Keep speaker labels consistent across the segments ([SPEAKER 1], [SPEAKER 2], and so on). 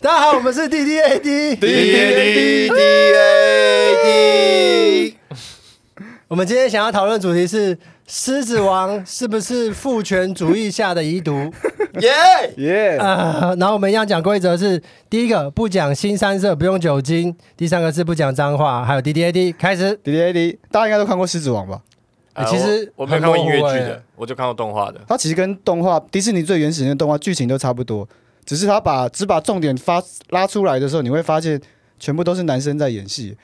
[SPEAKER 1] 大家好，我们是 D D A D，
[SPEAKER 2] D A D，
[SPEAKER 1] 我们今天想要讨论的主题是《狮子王》是不是父权主义下的遗 毒？
[SPEAKER 2] 耶！
[SPEAKER 3] 耶、
[SPEAKER 1] 啊、然后我们一样讲规则是：第一个不讲新三色，不用酒精；第三个是不讲脏话，还有 D D A D 开始。
[SPEAKER 3] d D A D，大家应该都看过《狮子王》吧？
[SPEAKER 1] 欸其实
[SPEAKER 2] 我我没有看过音乐剧
[SPEAKER 1] 很模糊欸
[SPEAKER 2] 的，我就看过动画的。
[SPEAKER 3] 它其实跟动画迪士尼最原始的动画剧情都差不多，只是它把只把重点发拉出来的时候，你会发现全部都是男生在演戏，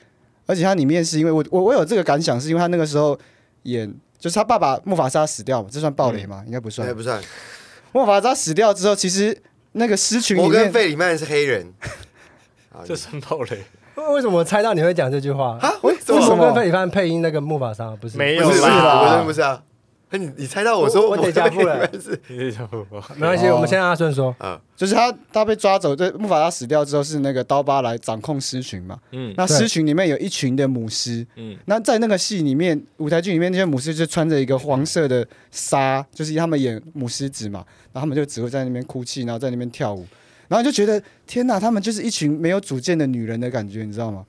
[SPEAKER 3] 而且它里面是因为我我我有这个感想，是因为他那个时候演就是他爸爸木法沙死掉嘛，这算暴雷吗？应该不
[SPEAKER 4] 嗯
[SPEAKER 3] 算
[SPEAKER 4] 哎还。不啊算。
[SPEAKER 3] 木法沙死掉之后，其实那个狮群里
[SPEAKER 4] 摩根
[SPEAKER 3] 面，
[SPEAKER 4] 费里曼是黑人，啊
[SPEAKER 2] 这算暴雷？
[SPEAKER 1] 为什么我猜到你会讲这句话？
[SPEAKER 4] 啊？ 为什
[SPEAKER 3] 为
[SPEAKER 4] 么
[SPEAKER 3] 什
[SPEAKER 1] 我
[SPEAKER 3] 么
[SPEAKER 1] 跟费里范配音那个木法沙不是？
[SPEAKER 2] 没
[SPEAKER 4] 不
[SPEAKER 2] 有
[SPEAKER 4] 是不是
[SPEAKER 2] 啦，
[SPEAKER 4] 我真不是啊。哎你你猜到我说
[SPEAKER 1] 我我得加
[SPEAKER 4] 付
[SPEAKER 1] 付了，
[SPEAKER 2] 你这不 不
[SPEAKER 1] 没关系，
[SPEAKER 3] 哦
[SPEAKER 1] 我们先让阿顺说。
[SPEAKER 4] 啊，
[SPEAKER 3] 就是他他被抓走，对木法沙死掉之后，是那个刀疤来掌控狮群嘛？
[SPEAKER 2] 嗯
[SPEAKER 3] 那
[SPEAKER 1] 对
[SPEAKER 3] 狮群里面有一群的母狮，
[SPEAKER 2] 嗯，
[SPEAKER 3] 那在那个戏里面，舞台剧里面那些母狮就穿着一个黄色的纱，就是他们演母狮子嘛，然后他们就只会在那边哭泣，然后在那边跳舞，然后就觉得天哪，他们就是一群没有主见的女人的感觉，你知道吗？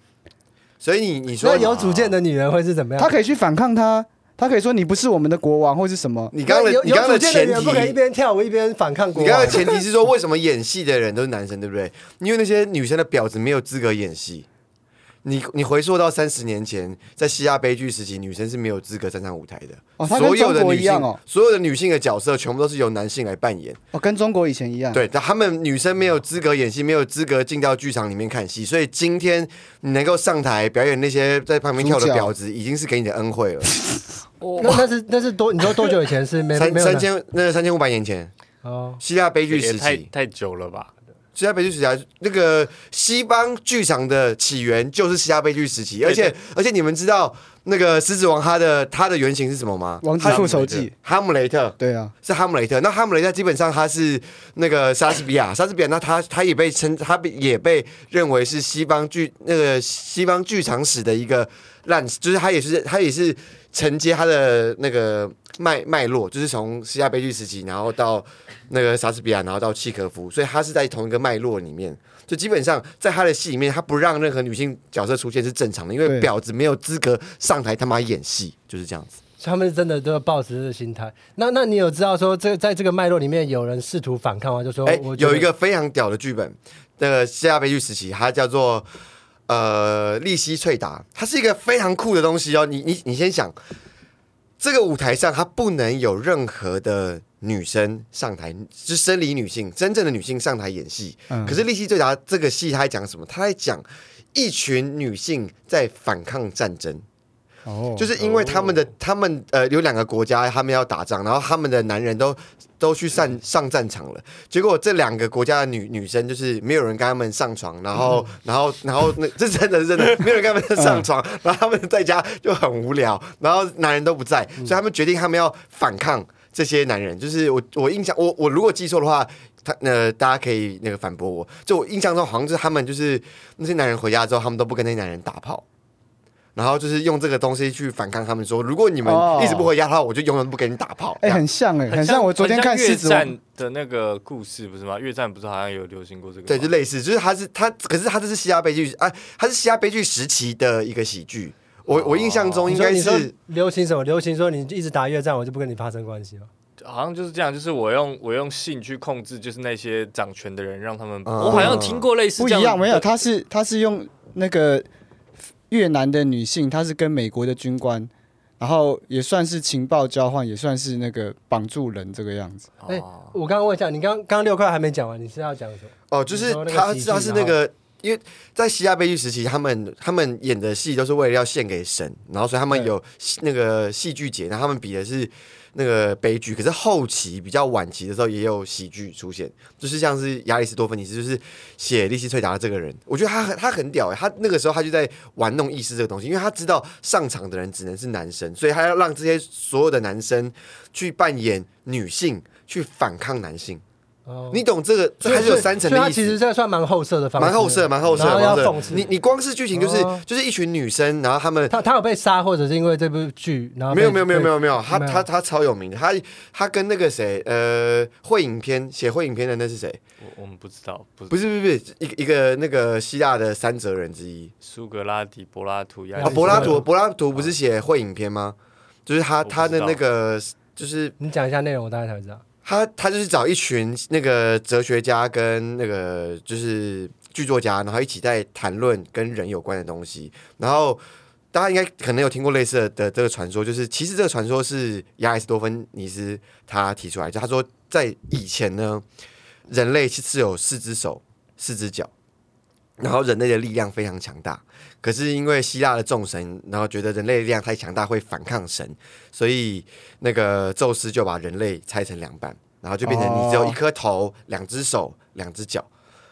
[SPEAKER 4] 所以你你说
[SPEAKER 1] 那有主见，的女人会是怎么样
[SPEAKER 3] 她？可以去反抗他，她可以说你不是我们的国王或是什么，
[SPEAKER 4] 你刚刚的
[SPEAKER 1] 有
[SPEAKER 4] 你
[SPEAKER 1] 有
[SPEAKER 4] 刚刚
[SPEAKER 1] 主
[SPEAKER 4] 的
[SPEAKER 1] 见的女
[SPEAKER 4] 前
[SPEAKER 1] 人不可以一
[SPEAKER 4] 提。
[SPEAKER 1] 边跳舞一边反抗国
[SPEAKER 4] 你刚刚
[SPEAKER 1] 王
[SPEAKER 4] 的。前提是说，为什么演戏的人都是男生，对不对？因为那些女生的婊子没有资格演戏。你你回溯到三十年前，在西亚悲剧时期，女生是没有资格站上舞台的。
[SPEAKER 3] 哦她跟
[SPEAKER 4] 所有的
[SPEAKER 3] 中国
[SPEAKER 4] 女
[SPEAKER 3] 一
[SPEAKER 4] 性
[SPEAKER 3] 样哦，
[SPEAKER 4] 所有的女性的角色全部都是由男性来扮演。
[SPEAKER 3] 哦，跟中国以前一样，，
[SPEAKER 4] 对，但他们女生没有资格演戏，没有资格进到剧场里面看戏，所以今天你能够上台表演那些在旁边跳的
[SPEAKER 3] 主角
[SPEAKER 4] 婊子，已经是给你的恩惠了。
[SPEAKER 1] 那那是那是多你说多久以前是没
[SPEAKER 4] 三
[SPEAKER 1] 没有
[SPEAKER 4] 三
[SPEAKER 1] 的
[SPEAKER 4] 千那三千五百年前，
[SPEAKER 1] 哦
[SPEAKER 4] 希腊悲剧
[SPEAKER 2] 也
[SPEAKER 4] 时
[SPEAKER 2] 太
[SPEAKER 4] 期，
[SPEAKER 2] 太久了吧？
[SPEAKER 4] 希腊悲剧时期啊，那个西方剧场的起源就是希腊悲剧时期，而且而且你们知道那个狮子王他的他的原型是什么吗？
[SPEAKER 3] 王子复仇记，
[SPEAKER 4] 哈姆雷特。
[SPEAKER 3] 对啊，
[SPEAKER 4] 是哈姆雷特。那哈姆雷特基本上他是那个莎士比亚，莎士比亚那他他也被称，他被也被认为是西方剧那个西方剧场史的一个烂，就是他也是他也是承接他的那个脉脉络，就是从希腊悲剧时期，然后到那个莎士比亚，然后到契诃夫，所以他是在同一个脉络里面。就基本上在他的戏里面，他不让任何女性角色出现是正常的，因为
[SPEAKER 3] 对
[SPEAKER 4] 婊子没有资格上台他妈演戏，就是这样子。
[SPEAKER 1] 所以他们真的都要抱持这个心态。那那你有知道说这在这个脉络里面有人试图反抗吗？就说
[SPEAKER 4] 哎、
[SPEAKER 1] 我觉得
[SPEAKER 4] 有一个非常屌的剧本，那个希腊悲剧时期，它叫做呃利西翠达，它是一个非常酷的东西哦。你你你先想，这个舞台上它不能有任何的女生上台，就是生理女性，真正的女性上台演戏。
[SPEAKER 3] 嗯，
[SPEAKER 4] 可是利西翠达这个戏，它在讲什么？它在讲一群女性在反抗战争。
[SPEAKER 3] 哦，
[SPEAKER 4] 就是因为他们的他们呃有两个国家他们要打仗，然后他们的男人都都去
[SPEAKER 3] 嗯
[SPEAKER 4] 上上战场了，结果这两个国家的女女生就是没有人跟他们上床，然后
[SPEAKER 3] 嗯
[SPEAKER 4] 然后然后那这真的是真 的没有人跟他们上床，
[SPEAKER 3] 嗯
[SPEAKER 4] 然后他们在家就很无聊，然后男人都不在，
[SPEAKER 3] 嗯
[SPEAKER 4] 所以他们决定他们要反抗。这些男人，就是我，我印象，我我如果记错的话，他呃，大家可以那个反驳我。就我印象中，好像就是他们就是那些男人回家之后，他们都不跟那些男人打炮，然后就是用这个东西去反抗他们说，如果你们
[SPEAKER 3] 哦
[SPEAKER 4] 一直不回家的话，我就永远不给你打炮。
[SPEAKER 3] 哎、
[SPEAKER 4] 这样
[SPEAKER 3] 很像哎、很像我昨天看《狮
[SPEAKER 2] 越
[SPEAKER 3] 子王》，
[SPEAKER 2] 战的那个故事不是吗？越战不是好像有流行过这个吗？
[SPEAKER 4] 对，就类似，就是他是他，可是他这是西亚悲剧啊，他是西亚悲剧时期的一个喜剧。我我印象中
[SPEAKER 1] 你
[SPEAKER 4] 应
[SPEAKER 1] 说
[SPEAKER 4] 该
[SPEAKER 1] 你说
[SPEAKER 4] 是
[SPEAKER 1] 流行什么？流行说你一直打越战，我就不跟你发生关系了。
[SPEAKER 2] 好像就是这样，就是我用我用性去控制，就是那些掌权的人，让他们。
[SPEAKER 4] 嗯
[SPEAKER 2] 我好像听过类似
[SPEAKER 3] 不一
[SPEAKER 2] 这样
[SPEAKER 3] 样，没有，
[SPEAKER 2] 的
[SPEAKER 3] 他是他是用那个越南的女性，她是跟美国的军官，然后也算是情报交换，也算是那个绑住人这个样子。
[SPEAKER 1] 哎
[SPEAKER 2] 哦
[SPEAKER 1] 我刚刚问一下，你刚刚六块还没讲完，你是要讲什么？
[SPEAKER 4] 哦，就是
[SPEAKER 1] 你说那个
[SPEAKER 4] 他
[SPEAKER 1] 喜剧
[SPEAKER 4] 他是那个，因为在西亚悲剧时期，他们他们演的戏都是为了要献给神，然后所以他们
[SPEAKER 3] 对
[SPEAKER 4] 有戏那个戏剧节，然后他们比的是那个悲剧。可是后期比较晚期的时候，也有喜剧出现，就是像是亚里士多芬尼斯，就是写利希翠达的这个人，我觉得他很他很屌、欸，他那个时候他就在玩弄意识这个东西，因为他知道上场的人只能是男生，所以他要让这些所有的男生去扮演女性，去反抗男性。
[SPEAKER 1] 哦
[SPEAKER 4] 你懂这个？
[SPEAKER 1] 所以
[SPEAKER 4] 它是有三层
[SPEAKER 1] 所以
[SPEAKER 4] 的
[SPEAKER 1] 它
[SPEAKER 4] 意
[SPEAKER 1] 其实
[SPEAKER 4] 思。
[SPEAKER 1] 这算蛮后设的方式，
[SPEAKER 4] 蛮后设，蛮后设，
[SPEAKER 1] 然后
[SPEAKER 4] 蛮
[SPEAKER 1] 要
[SPEAKER 4] 后设
[SPEAKER 1] 讽刺
[SPEAKER 4] 你你光是剧情就是
[SPEAKER 1] 哦
[SPEAKER 4] 就是一群女生，然后她们
[SPEAKER 1] 他他有被杀，或者是因为这部剧，然后
[SPEAKER 4] 没
[SPEAKER 1] 被
[SPEAKER 4] 有没有没有没有没有，她
[SPEAKER 1] 没有
[SPEAKER 4] 她她超有名的，她她跟那个谁呃，会影片写会影片的那是谁？
[SPEAKER 2] 我我们不知道，不
[SPEAKER 4] 不
[SPEAKER 2] 是
[SPEAKER 4] 是不是不是一个一个那个希腊的三哲人之一
[SPEAKER 2] 苏格拉底、柏拉图、亚里
[SPEAKER 4] 啊，
[SPEAKER 2] 士多
[SPEAKER 4] 柏拉图
[SPEAKER 2] 德，
[SPEAKER 4] 柏拉图不是写会影片吗？就是他
[SPEAKER 2] 我不知
[SPEAKER 4] 他
[SPEAKER 2] 道
[SPEAKER 4] 的那个就是
[SPEAKER 1] 你讲一下内容，我大概才会知道。
[SPEAKER 4] 他他就是找一群那个哲学家跟那个就是剧作家，然后一起在谈论跟人有关的东西。然后大家应该可能有听过类似的的这个传说，就是其实这个传说是亚里士多芬尼斯他提出来，就他说在以前呢，人类其实是有四只手、四只脚。然后人类的力量非常强大，可是因为希腊的众神，然后觉得人类的力量太强大会反抗神，所以那个宙斯就把人类拆成两半，然后就变成你只有一颗头、两只手、两只脚，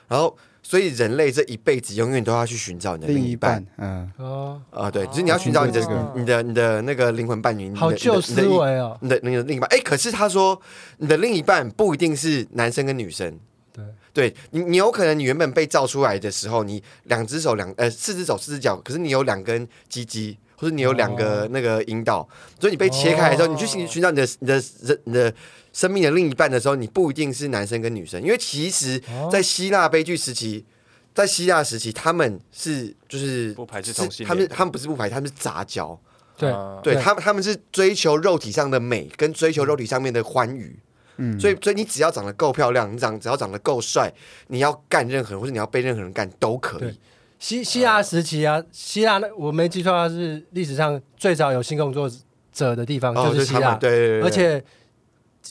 [SPEAKER 4] 然后所以人类这一辈子永远都要去寻找你的
[SPEAKER 3] 另
[SPEAKER 4] 另
[SPEAKER 3] 一
[SPEAKER 4] 一半
[SPEAKER 3] 半，嗯，
[SPEAKER 1] 哦，
[SPEAKER 4] 啊、对，就是你要寻找你的、
[SPEAKER 1] 哦
[SPEAKER 4] 你的、你的那个灵魂伴侣，嗯你的
[SPEAKER 1] 好旧
[SPEAKER 4] 你的
[SPEAKER 1] 思维哦。
[SPEAKER 4] 你的你的另一半，哎、可是他说你的另一半不一定是男生跟女生，
[SPEAKER 1] 对，
[SPEAKER 4] 对你，你有可能你原本被造出来的时候，你两只手两呃四只手四只脚，可是你有两根鸡鸡，或者你有两
[SPEAKER 1] 哦
[SPEAKER 4] 个那个阴道，所以你被切开的时候，
[SPEAKER 2] 哦
[SPEAKER 4] 你去寻寻找你的你的人你的生命的另一半的时候，你不一定是男生跟女生，因为其实
[SPEAKER 1] 哦，
[SPEAKER 4] 在希腊悲剧时期。在希腊时期，他们是就是
[SPEAKER 2] 不排斥
[SPEAKER 4] 是
[SPEAKER 2] 同性恋
[SPEAKER 4] 他们他们不是不排，他们是杂交，
[SPEAKER 1] 对，
[SPEAKER 2] 啊
[SPEAKER 1] 哦
[SPEAKER 4] 对
[SPEAKER 1] 对
[SPEAKER 4] 他们，他们是追求肉体上的美，跟追求肉体上面的欢愉。
[SPEAKER 3] 嗯
[SPEAKER 4] 所以，所以你只要长得够漂亮，你长只要长得够帅，你要干任何人，或者你要被任何人干都可
[SPEAKER 1] 对
[SPEAKER 4] 以。
[SPEAKER 1] 希希腊时期啊，希腊那我没记错，它是历史上最早有性工作者的地方，
[SPEAKER 4] 哦，
[SPEAKER 1] 是
[SPEAKER 4] 就
[SPEAKER 1] 希
[SPEAKER 4] 他
[SPEAKER 1] 腊
[SPEAKER 4] 们，，对对对对，
[SPEAKER 1] 而且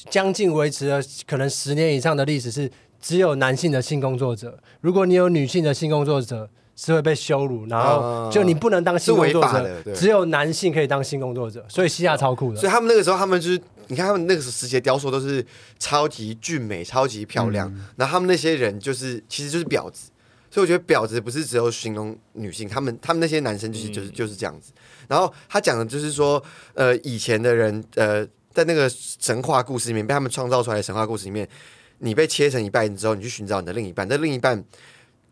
[SPEAKER 1] 将近维持了可能十年以上的历史是只有男性的性工作者，如果你有女性的性工作者是会被羞辱，然后
[SPEAKER 4] 啊
[SPEAKER 1] 就你不能当性工作
[SPEAKER 4] 是违法
[SPEAKER 1] 者
[SPEAKER 4] 的，对
[SPEAKER 1] 只有男性可以当性工作者，所以希腊超酷
[SPEAKER 4] 所
[SPEAKER 1] 的。
[SPEAKER 4] 以他们那个时候，他们就是你看他们那个时候时期的雕塑都是超级俊美、超级漂亮，然后他们那些人就是其实就是婊子。所以我觉得婊子不是只有形容女性，他们他们那些男生就是、就是就是这样子。然后他讲的就是说，呃，以前的人呃，在那个神话故事里面被他们创造出来的神话故事里面，你被切成一半之后，你去寻找你的另一半，但另一半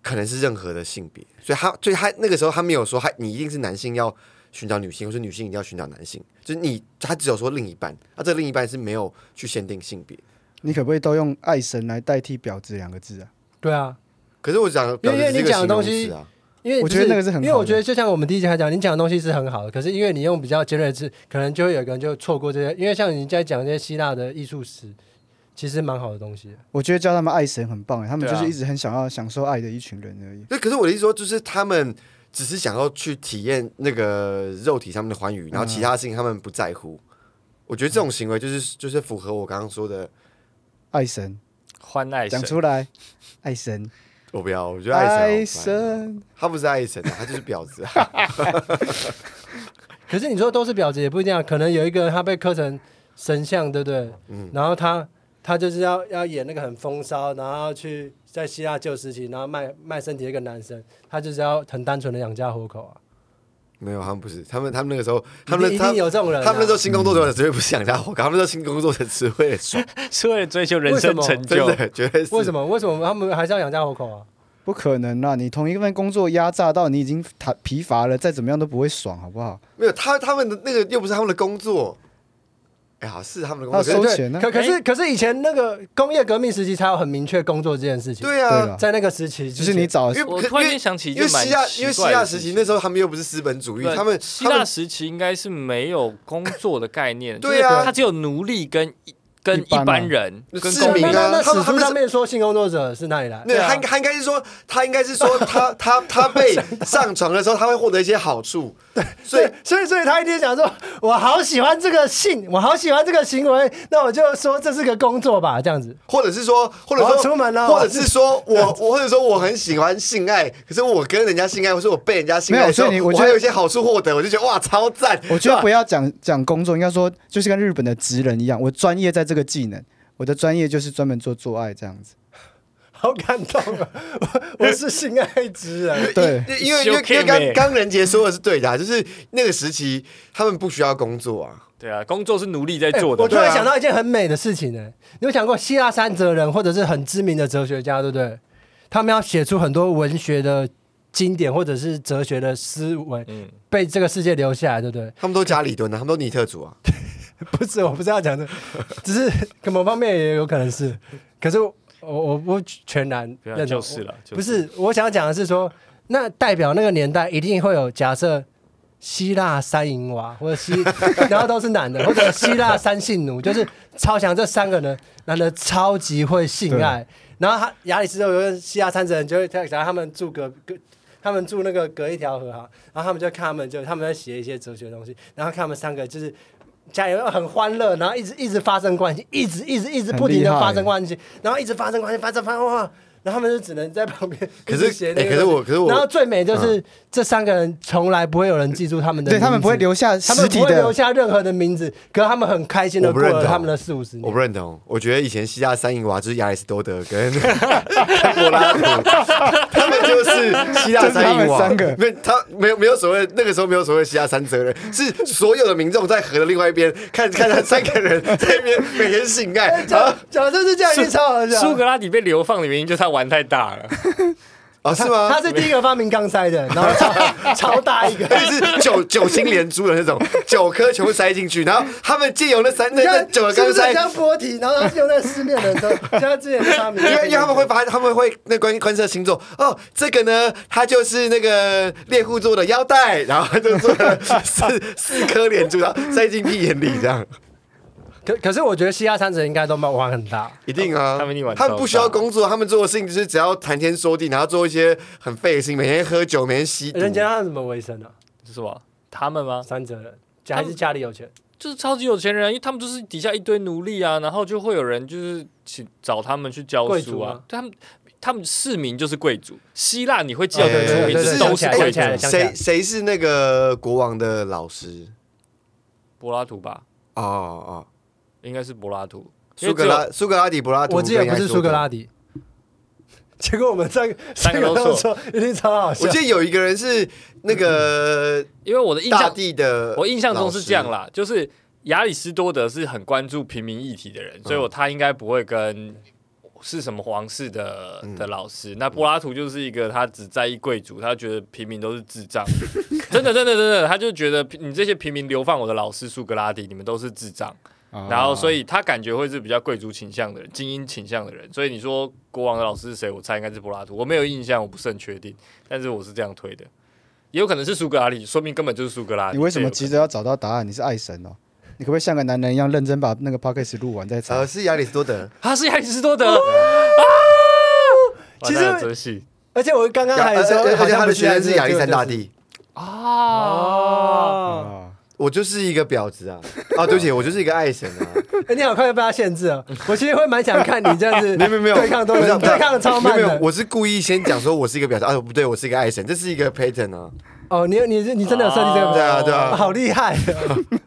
[SPEAKER 4] 可能是任何的性别，所以他所以他那个时候他没有说他你一定是男性要寻找女性，或是女性一定要寻找男性，就是你他只有说另一半，那、这另一半是没有去限定性别。
[SPEAKER 3] 你可不可以都用爱神来代替婊子两个字啊？
[SPEAKER 1] 对啊，
[SPEAKER 4] 可是我讲的
[SPEAKER 1] 因为因为你
[SPEAKER 4] 表示是一个
[SPEAKER 1] 讲的
[SPEAKER 4] 形容
[SPEAKER 1] 东西
[SPEAKER 4] 词啊，
[SPEAKER 1] 因为
[SPEAKER 3] 我觉得那个是很好的
[SPEAKER 1] 因为我觉得就像我们第一集还讲，你讲的东西是很好的，可是因为你用比较尖锐的字，可能就会有一个人就错过这些。因为像你在讲这些希腊的艺术史，其实蛮好的东西。
[SPEAKER 3] 我觉得叫他们爱神很棒，欸他们就
[SPEAKER 2] 对
[SPEAKER 3] 是
[SPEAKER 2] 啊
[SPEAKER 3] 一直很想要享受爱的一群人而已。
[SPEAKER 4] 对，可是我的意思说，就是他们只是想要去体验那个肉体上面的欢
[SPEAKER 1] 嗯
[SPEAKER 4] 愉，然后其他事情他们不在乎。我觉得这种行为就是就是符合我刚刚说的，
[SPEAKER 3] 爱神，
[SPEAKER 2] 欢爱神
[SPEAKER 3] 讲，出来，爱神，
[SPEAKER 4] 我不要，我觉得爱
[SPEAKER 3] 爱
[SPEAKER 4] 神好烦，
[SPEAKER 3] 神，
[SPEAKER 4] 他不是爱神啊，他就是婊子啊。
[SPEAKER 1] 可是你说都是婊子也不一定啊，可能有一个人他被刻成神像，对不对？
[SPEAKER 4] 嗯
[SPEAKER 1] 然后他他就是要要演那个很风骚，然后去在希腊旧时期，然后卖卖身体的一个男生，他就是要很单纯的养家糊口啊。
[SPEAKER 4] 没有，他们不是，他们他们那个时候，他们
[SPEAKER 1] 一定
[SPEAKER 4] 他
[SPEAKER 1] 一定有这种人啊、
[SPEAKER 4] 他们那时候新工作者只会不是想家活干，他们那时候新工作者 只会爽，
[SPEAKER 2] 是 为了追求人生
[SPEAKER 1] 为什么
[SPEAKER 2] 成
[SPEAKER 4] 真
[SPEAKER 2] 就。
[SPEAKER 4] 的绝对是。
[SPEAKER 1] 为什么为什么他们还是要养家糊口啊？
[SPEAKER 3] 不可能啦！你同一份工作压榨到你已经疲疲乏了，再怎么样都不会爽，好不好？
[SPEAKER 4] 没有他他们的那个又不是他们的工作，哎呀，是他们的工
[SPEAKER 3] 那
[SPEAKER 4] 作。
[SPEAKER 3] 收
[SPEAKER 4] 可是
[SPEAKER 3] 钱呢？
[SPEAKER 1] 可可是可是以前那个工业革命时期才有很明确工作这件事情。，
[SPEAKER 4] 对
[SPEAKER 3] 对啊
[SPEAKER 4] 啊，
[SPEAKER 3] 了，
[SPEAKER 1] 在那个时期
[SPEAKER 3] 就
[SPEAKER 1] 之前，
[SPEAKER 3] 是你找
[SPEAKER 4] 因
[SPEAKER 2] 我
[SPEAKER 4] 为
[SPEAKER 2] 突然
[SPEAKER 4] 因
[SPEAKER 2] 间
[SPEAKER 4] 为
[SPEAKER 2] 想起一
[SPEAKER 4] 因为
[SPEAKER 2] 件蛮
[SPEAKER 4] 希腊因为
[SPEAKER 2] 奇
[SPEAKER 4] 希
[SPEAKER 2] 怪
[SPEAKER 4] 腊
[SPEAKER 2] 的
[SPEAKER 4] 时
[SPEAKER 2] 事
[SPEAKER 4] 期
[SPEAKER 2] 情，
[SPEAKER 4] 那时候他们又不是资本主义，
[SPEAKER 2] 对
[SPEAKER 4] 他们
[SPEAKER 2] 希
[SPEAKER 4] 他
[SPEAKER 2] 腊
[SPEAKER 4] 们
[SPEAKER 2] 时期应该是没有工作的概念，
[SPEAKER 4] 对啊
[SPEAKER 2] 就是他只有奴隶跟一跟
[SPEAKER 3] 一般啊
[SPEAKER 2] 一般人
[SPEAKER 4] 是
[SPEAKER 2] 跟
[SPEAKER 4] 啊
[SPEAKER 2] 公
[SPEAKER 1] 那
[SPEAKER 2] 民
[SPEAKER 1] 那
[SPEAKER 4] 啊
[SPEAKER 1] 那那
[SPEAKER 4] 他们
[SPEAKER 1] 史书
[SPEAKER 4] 他们是
[SPEAKER 1] 上面说性工作者是哪里来？
[SPEAKER 4] 那
[SPEAKER 2] 对啊
[SPEAKER 4] 他应他应该是说他应该是 说他他他被上床的时候他会获得一些好处，所以
[SPEAKER 1] 对，所以所以他一定想说，我好喜欢这个性，我好喜欢这个行为，那我就说这是个工作吧，这样子。
[SPEAKER 4] 或者是说，或者
[SPEAKER 1] 我要
[SPEAKER 4] 说
[SPEAKER 1] 出门了
[SPEAKER 4] 或者是说我我或者说我很喜欢性爱，可是我跟人家性爱，或是我被人家性爱的时候，
[SPEAKER 3] 没有所
[SPEAKER 4] 我
[SPEAKER 3] 以你我觉
[SPEAKER 4] 还
[SPEAKER 3] 得
[SPEAKER 4] 有一些好处获得，我就觉得哇超赞。
[SPEAKER 3] 我觉得不
[SPEAKER 4] 要
[SPEAKER 3] 要讲 讲工作，应该说就是跟日本的职人一样，我专业在这个技能，我的专业就是专门做做爱这样子。
[SPEAKER 1] 好感动啊！ 我我是性爱之人，
[SPEAKER 3] 对，
[SPEAKER 4] 因为因为因为
[SPEAKER 2] Showcase
[SPEAKER 4] 刚刚仁杰说的是对的、啊，就是那个时期他们不需要工作啊，
[SPEAKER 2] 对啊，工作是奴隶在
[SPEAKER 1] 哎
[SPEAKER 2] 做
[SPEAKER 1] 我突
[SPEAKER 2] 的。
[SPEAKER 1] 然
[SPEAKER 4] 对啊
[SPEAKER 1] 想到一件很美的事情呢、你有想过希腊三哲人或者是很知名的哲学家，对不对？他们要写出很多文学的经典或者是哲学的思维，
[SPEAKER 2] 嗯，
[SPEAKER 1] 被这个世界留下来，对不对？
[SPEAKER 4] 他们都加里敦啊，他们都尼特族啊，
[SPEAKER 1] 不是，我不是要讲这 个，只是可某方面也有可能是，可是我我不全然
[SPEAKER 2] 对
[SPEAKER 1] 认
[SPEAKER 2] 啊，
[SPEAKER 1] 同，
[SPEAKER 2] 就是了，就
[SPEAKER 1] 不是，我想讲的是说，那代表那个年代一定会有假设希腊三淫娃，或者 希，然后都是男的，或者希腊三性奴，就是超强这三个人，男的超级会性爱，然后他亚里士多有希腊三哲人就会他讲他们住隔隔。他们住那个隔一条河哈，然后他们就看他们就他们在写一些哲学的东西，然后看他们三个就是家里很欢乐，然后一直一直发生关系，一直一直一直不停的发生关系，然后一直发生关系，发生发生哇，然后他们就只能在旁边。
[SPEAKER 4] 可是
[SPEAKER 1] 一直写那
[SPEAKER 4] 哎
[SPEAKER 1] 个
[SPEAKER 4] 可是我可是我
[SPEAKER 1] 然后最美就是这三个人从来不会有人记住他们的名字，
[SPEAKER 3] 对他们不会留下
[SPEAKER 1] 他
[SPEAKER 3] 实
[SPEAKER 1] 们
[SPEAKER 3] 体
[SPEAKER 1] 不会留
[SPEAKER 3] 的，
[SPEAKER 1] 下任何的名字，可是他们很开心的
[SPEAKER 4] 我不
[SPEAKER 1] 过
[SPEAKER 4] 认
[SPEAKER 1] 了
[SPEAKER 4] 同
[SPEAKER 1] 他们的四五十
[SPEAKER 4] 我
[SPEAKER 1] 年。
[SPEAKER 4] 不认同。我觉得以前希腊三淫娃就是亚里士多德 跟跟柏拉图，他们就是希腊三淫娃。
[SPEAKER 3] 就是他们三个
[SPEAKER 4] 没他没有没有所谓，那个时候没有所谓希腊三哲人，是所有的民众在河的另外一边看看他三个人在那边每天性 爱，啊然后
[SPEAKER 1] 讲讲这是这样，一超好笑。
[SPEAKER 2] 苏格拉底被流放的原因就是他玩太大了，
[SPEAKER 4] 哦是吗？
[SPEAKER 1] 他是第一个发明钢塞的，然后超超大一个。
[SPEAKER 4] 而且是九九星连珠的那种，九颗全部塞进去，然后他们借由那三那
[SPEAKER 1] 你
[SPEAKER 4] 那
[SPEAKER 1] 看
[SPEAKER 4] 九个
[SPEAKER 1] 是
[SPEAKER 4] 钢
[SPEAKER 1] 不是
[SPEAKER 4] 塞
[SPEAKER 1] 很，像波提？然后他是用在失恋的时候， 像他之前的发明，
[SPEAKER 4] 因为因为他们会发，他们会那观观测星座哦，这个呢，它就是那个猎户座的腰带，然后他就做了四四颗连珠，然后塞进屁眼里，这样
[SPEAKER 1] 可可是我觉得西亚三者应该都蛮玩很大，
[SPEAKER 4] 一定啊，
[SPEAKER 2] 他们一定玩
[SPEAKER 4] 他们不需要
[SPEAKER 2] 超大
[SPEAKER 4] 工作，他们做的事情就是只要谈天说地，然后做一些很废的事情，每天喝酒，每天吸毒，
[SPEAKER 1] 人家他怎么维生啊？
[SPEAKER 2] 是什么？他们吗？
[SPEAKER 1] 三者人家还是家里有钱？
[SPEAKER 2] 就是超级有钱人啊，因为他们就是底下一堆奴隶啊，然后就会有人就是请找他们去教
[SPEAKER 1] 贵
[SPEAKER 2] 书
[SPEAKER 1] 族
[SPEAKER 2] 啊
[SPEAKER 1] 啊，
[SPEAKER 2] 他们他们市民就是贵族，希腊你会叫
[SPEAKER 4] 哦对
[SPEAKER 2] 得
[SPEAKER 4] 对
[SPEAKER 2] 出
[SPEAKER 4] 对
[SPEAKER 2] 名字
[SPEAKER 4] 对
[SPEAKER 1] 想
[SPEAKER 2] 都是
[SPEAKER 1] 起来想
[SPEAKER 2] 贵
[SPEAKER 1] 起来
[SPEAKER 2] 族，
[SPEAKER 1] 想起
[SPEAKER 4] 谁
[SPEAKER 1] 来
[SPEAKER 4] 谁是那个国王的老师？
[SPEAKER 2] 柏拉图吧，
[SPEAKER 4] 哦哦，
[SPEAKER 2] 应该是柏拉图，因为
[SPEAKER 4] 苏格
[SPEAKER 2] 只
[SPEAKER 4] 拉
[SPEAKER 2] 有
[SPEAKER 4] 苏格拉底柏拉图，
[SPEAKER 1] 我记得不是苏格
[SPEAKER 4] 底。
[SPEAKER 1] 拉底。结果我们三个
[SPEAKER 2] 三个都错
[SPEAKER 1] 错，一定超好笑
[SPEAKER 4] 我。记得有一个人是那个
[SPEAKER 2] 因为我的印
[SPEAKER 4] 大
[SPEAKER 2] 象
[SPEAKER 4] 地
[SPEAKER 3] 呃
[SPEAKER 4] 的，
[SPEAKER 2] 我印象中是这样。啦，就是亚里士多德是很关注平民议题的
[SPEAKER 3] 嗯
[SPEAKER 2] 人，所以我他应该不会跟是什么皇室的
[SPEAKER 3] 嗯
[SPEAKER 2] 的老师。那柏拉图就是一个他只在意贵族，他觉得平民都是智 障，真的真的真的，他就觉得你这些平民流放我的老师苏格拉底，你们都是智障。
[SPEAKER 3] 啊
[SPEAKER 2] 然后，所
[SPEAKER 3] 以
[SPEAKER 2] 以他感觉会是比较贵族倾向的人、精英倾向的人。所以你说国王的老师是谁？我猜应该是柏拉图，我没有印象，我不是很确定，但是我是这样推的。也有可能是苏格拉底，说明根本就是苏格拉底。
[SPEAKER 3] 你为什
[SPEAKER 2] 这有
[SPEAKER 3] 么
[SPEAKER 2] 可
[SPEAKER 3] 急
[SPEAKER 2] 能
[SPEAKER 3] 着要找到答案？你是爱神哦，你可不可以像个男人一样认真把那个 podcast 录完再
[SPEAKER 4] 呃，
[SPEAKER 3] 猜？
[SPEAKER 4] 是亚里士 多德，
[SPEAKER 2] 他是亚里士多
[SPEAKER 3] 哦
[SPEAKER 2] 德。
[SPEAKER 1] 其实
[SPEAKER 2] 完蛋了真是
[SPEAKER 1] 而且我刚刚
[SPEAKER 4] 亚
[SPEAKER 1] 还
[SPEAKER 4] 而
[SPEAKER 1] 说，哎
[SPEAKER 4] 而而
[SPEAKER 1] 好
[SPEAKER 4] 且
[SPEAKER 1] 像
[SPEAKER 4] 他
[SPEAKER 1] 不
[SPEAKER 4] 的学生是亚历山大
[SPEAKER 1] 就是
[SPEAKER 4] 帝。
[SPEAKER 2] 啊，
[SPEAKER 1] 哦，
[SPEAKER 3] 啊，
[SPEAKER 4] 我就是一个婊子啊！啊，对不起，我就是一个爱神啊！
[SPEAKER 1] 哎，你好快就被他限制了。我其实会蛮想看你这样子，
[SPEAKER 4] 没有没有没 有，
[SPEAKER 1] 对抗多
[SPEAKER 4] 不是啊
[SPEAKER 1] 人，
[SPEAKER 4] 不是啊
[SPEAKER 1] 对抗的超慢
[SPEAKER 4] 没有没有，
[SPEAKER 1] 的。
[SPEAKER 4] 我是故意先讲说我是一个婊子啊，不对，我是一个爱神，这是一个 pattern 啊，
[SPEAKER 1] 哦，你你是你真的有设计这
[SPEAKER 4] 对
[SPEAKER 1] 个？哦
[SPEAKER 4] 啊对啊
[SPEAKER 1] 好厉害！
[SPEAKER 4] 对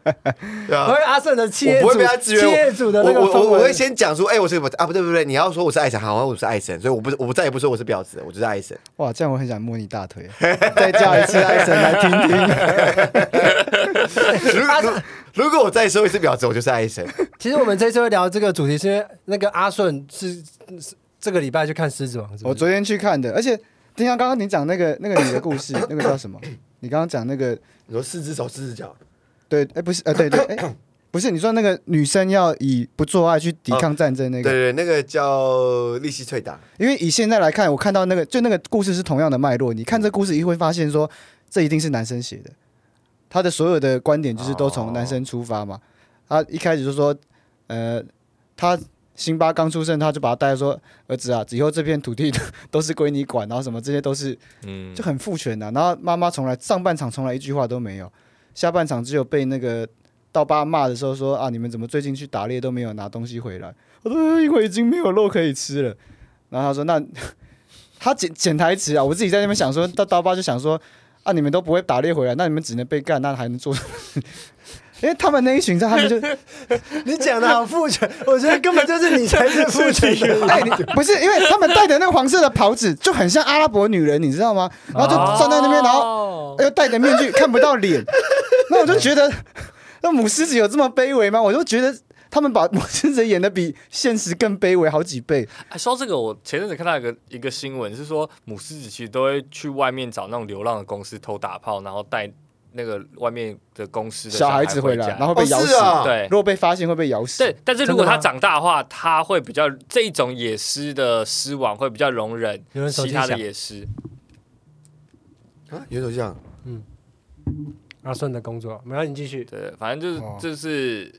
[SPEAKER 1] 我
[SPEAKER 4] 啊
[SPEAKER 1] 会。阿胜的企业
[SPEAKER 4] 我不
[SPEAKER 1] 主，
[SPEAKER 4] 会被他制约，
[SPEAKER 1] 企业主的
[SPEAKER 4] 我
[SPEAKER 1] 那个
[SPEAKER 4] 我我
[SPEAKER 1] 氛
[SPEAKER 4] 我会
[SPEAKER 1] 围。
[SPEAKER 4] 先讲说，哎，我是个婊子啊，不对不对，你要说我是爱神，好，我是爱神，所以我不是，我再也不说我是婊子，我就是爱神。
[SPEAKER 3] 哇，这样我很想摸你大腿，再叫一次爱神来听听。
[SPEAKER 4] 如果如果我再说一次婊子，我就是爱神。
[SPEAKER 1] 其实我们这次会聊这个主题，是因为那个阿顺是是这个礼拜去看《狮子王》，是不是
[SPEAKER 3] 我昨天去看的，而且丁香刚刚你讲那个那个你的故事，那个叫什么？你刚刚讲那个
[SPEAKER 4] 你说四只手四只脚，
[SPEAKER 3] 对，哎，不是，呃，对对，哎，不是，你说那个女生要以不做爱去抵抗战争那
[SPEAKER 4] 对
[SPEAKER 3] 个，
[SPEAKER 4] 对，对那个叫利息脆打，
[SPEAKER 3] 因为以现在来看，我看到那个就那个故事是同样的脉络，你看这故事一定会发现说，这一定是男生写的，他的所有的观点就是都从男生出发嘛。他啊一开始就说，呃，他辛巴刚出生，他就把他带来说，儿子啊，以后这片土地都是归你管，然后啊什么这些都是
[SPEAKER 2] 嗯，
[SPEAKER 3] 就很父权的、然后妈妈从来上半场从来一句话都没有，下半场只有被那个道爸骂的时候说啊，你们怎么最近去打猎都没有拿东西回来？我说呃因为已经没有肉可以吃了。然后他说那 他剪剪台词啊，我自己在那边想说，到刀疤就想说啊，你们都不会打猎回来，那你们只能被干，那还能做什么？ 因为他们那一群在，他们就
[SPEAKER 1] 你讲的好父权， 我觉得根本就是你才是父 权的人。
[SPEAKER 4] 啊
[SPEAKER 3] 哎，你不是因为他们戴的那个黄色的袍子就很像阿拉伯女人，你知道吗？
[SPEAKER 4] 哦
[SPEAKER 2] 哦
[SPEAKER 3] 然后就站在那边，然后哎
[SPEAKER 2] 后
[SPEAKER 3] 又戴着面具，看不到脸。那我就觉得，那母狮子有这么卑微吗？我就觉得他们把母狮子演的比现实更卑微好几倍。
[SPEAKER 2] 哎，说到这个，我前阵子看到一个一个新闻，是说母狮子其实都会去外面找那种流浪的公司偷打炮，然后带那个外面的公司的
[SPEAKER 3] 小
[SPEAKER 2] 孩
[SPEAKER 3] 孩子回来，
[SPEAKER 2] 家
[SPEAKER 3] 然后被咬
[SPEAKER 4] 哦
[SPEAKER 3] 死。
[SPEAKER 4] 是啊
[SPEAKER 2] 对
[SPEAKER 3] 如果被发现会被咬死。
[SPEAKER 2] 对，但是如果
[SPEAKER 3] 真的
[SPEAKER 2] 它
[SPEAKER 3] 吗
[SPEAKER 2] 长大的话，它会比较这一种野狮的狮王会比较容忍
[SPEAKER 1] 有人手
[SPEAKER 2] 其
[SPEAKER 1] 机
[SPEAKER 2] 他的
[SPEAKER 1] 响
[SPEAKER 2] 野狮。
[SPEAKER 4] 啊，有点像
[SPEAKER 1] 阿顺的工作，没有你继续。
[SPEAKER 2] 对，反正就是、
[SPEAKER 3] 哦
[SPEAKER 2] 就是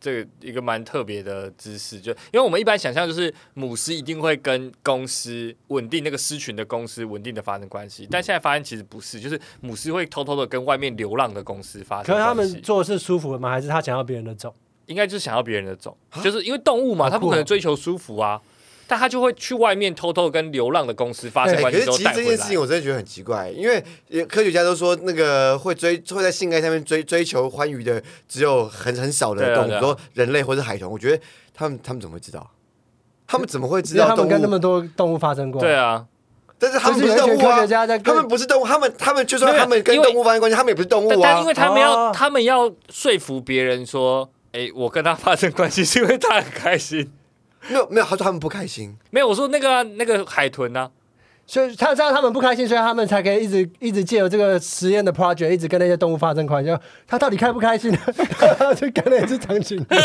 [SPEAKER 2] 这个一个蛮特别的姿势，就因为我们一般想象就是母狮一定会跟公狮稳定那个狮群的公狮稳定的发生关系，
[SPEAKER 4] 嗯
[SPEAKER 2] 但现在发现其实不是，就是母狮会偷偷的跟外面流浪的公狮发生
[SPEAKER 1] 可是他
[SPEAKER 2] 关系。
[SPEAKER 1] 们做的是舒服的吗？还是他想要别人的种？
[SPEAKER 2] 应该就是想要别人的种，
[SPEAKER 4] 啊
[SPEAKER 2] 就是因为动物嘛，
[SPEAKER 1] 好酷哦
[SPEAKER 2] 它不可能追求舒服啊，但它就会去外面偷偷跟流浪的公司发
[SPEAKER 4] 哎
[SPEAKER 2] 生关
[SPEAKER 4] 可是
[SPEAKER 2] 系之后
[SPEAKER 4] 其实
[SPEAKER 2] 带
[SPEAKER 4] 这
[SPEAKER 2] 回
[SPEAKER 4] 件事情
[SPEAKER 2] 来。
[SPEAKER 4] 我真的觉得很奇怪，因为也科学家都说那个会追会在性爱上面追追求欢愉的只有很很少
[SPEAKER 2] 对
[SPEAKER 4] 的
[SPEAKER 2] 啊
[SPEAKER 4] 动物，比
[SPEAKER 2] 对啊
[SPEAKER 4] 如说人类或者海豚。我觉得他们他们怎么会知道？他们怎么会知
[SPEAKER 1] 因为
[SPEAKER 4] 道
[SPEAKER 1] 他
[SPEAKER 4] 动
[SPEAKER 1] 们
[SPEAKER 4] 物？
[SPEAKER 1] 跟那么多动物发生过。
[SPEAKER 2] 对，啊，
[SPEAKER 4] 但是他
[SPEAKER 1] 就
[SPEAKER 4] 们
[SPEAKER 1] 是
[SPEAKER 4] 不是
[SPEAKER 1] 有一
[SPEAKER 4] 动
[SPEAKER 1] 群
[SPEAKER 4] 物
[SPEAKER 1] 科
[SPEAKER 4] 啊
[SPEAKER 1] 学，家在
[SPEAKER 4] 他
[SPEAKER 1] 跟
[SPEAKER 4] 们不是动物，他们他们就算
[SPEAKER 2] 没有
[SPEAKER 4] 他们跟
[SPEAKER 2] 因为
[SPEAKER 4] 动物发生关系，他们也不是动
[SPEAKER 2] 但
[SPEAKER 4] 物
[SPEAKER 2] 但
[SPEAKER 4] 啊
[SPEAKER 2] 因为。他们要
[SPEAKER 1] 哦
[SPEAKER 2] 他们要说服别人说，哎，我跟他发生关系是因为他很开心。
[SPEAKER 4] 没有没有，他说他们不开心。
[SPEAKER 2] 没有，我说那个啊那个海豚呢，
[SPEAKER 1] 所以他知道他们不开心，所以他们才可以一直一直借由这个实验的 project，一直跟那些动物发生关系。他到底开不开心呢？就跟那只长颈鹿，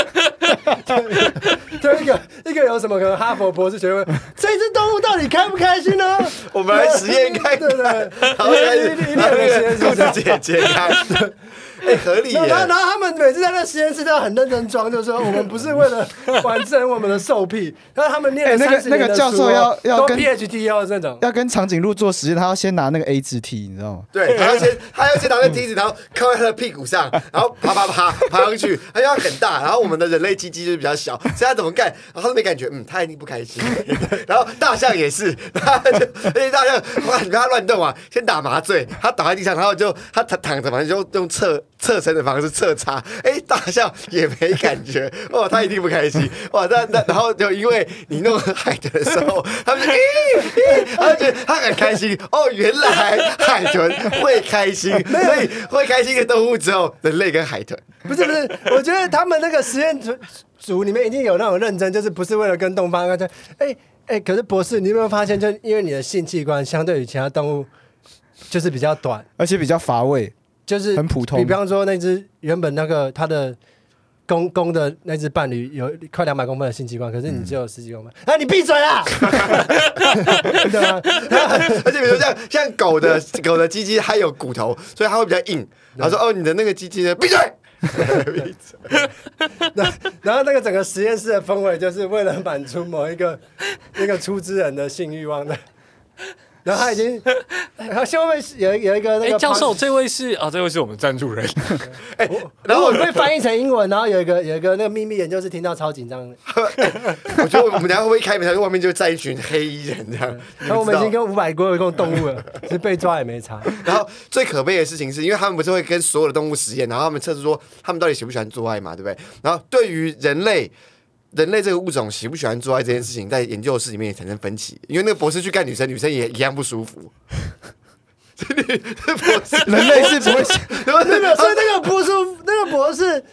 [SPEAKER 1] 对就一个一个有什么可能哈佛博士学位，这只动物到底开不开心呢？
[SPEAKER 4] 我们来实验看看
[SPEAKER 1] 对对对，
[SPEAKER 4] 然后开始，
[SPEAKER 1] 一定
[SPEAKER 4] 然后
[SPEAKER 1] 有实验
[SPEAKER 4] 那
[SPEAKER 1] 室
[SPEAKER 4] 个裤子解解开，哎，合理
[SPEAKER 1] 然
[SPEAKER 4] 耶
[SPEAKER 1] 后，然后他们每次在那实验室都要很认真装，就说我们不是为了完成我们的受癖，然后他们念了
[SPEAKER 3] 哎那个
[SPEAKER 1] 30年的
[SPEAKER 3] 那个教授
[SPEAKER 1] 书哦
[SPEAKER 3] 要要
[SPEAKER 1] 都
[SPEAKER 3] 跟
[SPEAKER 1] PhD 哦这种，
[SPEAKER 3] 要跟长颈鹿做实验，他要先拿那个 A 字 T，你知道吗？
[SPEAKER 4] 对，他要先他要先拿个梯子，然后靠在他的屁股上，然后爬爬爬爬上去，哎呀很大，然后我们的人类鸡鸡就是比较小，所以他怎么干，然后他都没感觉，嗯，他一定不开心。然后大象也是，他就而且大象哇，你不要乱动啊，先打麻醉，他倒在地上，然后就他躺躺着嘛，就用侧侧身的方式侧插， 哎，大象也没感觉， 哦，他一定不开心， 哇，那那然后就因为你弄海豚的时候， 他们就咦咦，他就觉得他很开心，哦，原来 海豚会 开心，所以会开心的动物只有 人类跟海豚。
[SPEAKER 1] 不是不是，我觉得他们那个实验组组里面一定有那种认真，就是不是为了跟动物发生关系。哎、哎、可是博士，你有没有发现，就因为你的性器官相对于其他动物就是比较短，
[SPEAKER 3] 而且比较乏味。
[SPEAKER 1] 就是
[SPEAKER 3] 很普通
[SPEAKER 1] 比方说那只原本那个它的公公的那只伴侣有快两百公分的性器官，可是你只有十几公分， 啊，你闭嘴啊！ 对啊，
[SPEAKER 4] 而且比如说像像狗的狗的鸡鸡，它有骨头，所以它会比较硬。然后说哦，你的那个鸡鸡呢？闭嘴。
[SPEAKER 1] 然后那个整个实验室的氛围，就是为了满足某一个 那个出资人的性欲望的。然后他已经，然后后面有有一个那
[SPEAKER 2] 哎
[SPEAKER 1] 个，
[SPEAKER 2] 教授，
[SPEAKER 1] 旁，
[SPEAKER 2] 这位是啊，这位是我们赞助人，
[SPEAKER 1] 然后我被翻译成英文，然后有一个有一个那个秘密研究室听到超紧张的，
[SPEAKER 4] 我觉得我们等一下会不会开门，它外面就站一群黑衣人这样。你
[SPEAKER 1] 然后我们已
[SPEAKER 4] 知道
[SPEAKER 1] 经跟五百多一共动物了，其实被抓也没 查。
[SPEAKER 4] 然后最可悲的事情是，因为他们不是会跟所有的动物实验，然后他们测试说他们到底喜不喜欢做爱嘛，对不对？然后对于人类。人类这个物种喜不喜欢做爱这件事情，在研究室里面也产生分歧，因为那个博士去干女生，女生也一样不舒服。 这博士，
[SPEAKER 3] 人类是不会想，
[SPEAKER 4] 然后
[SPEAKER 1] 对的，所以那个不舒服，那个博士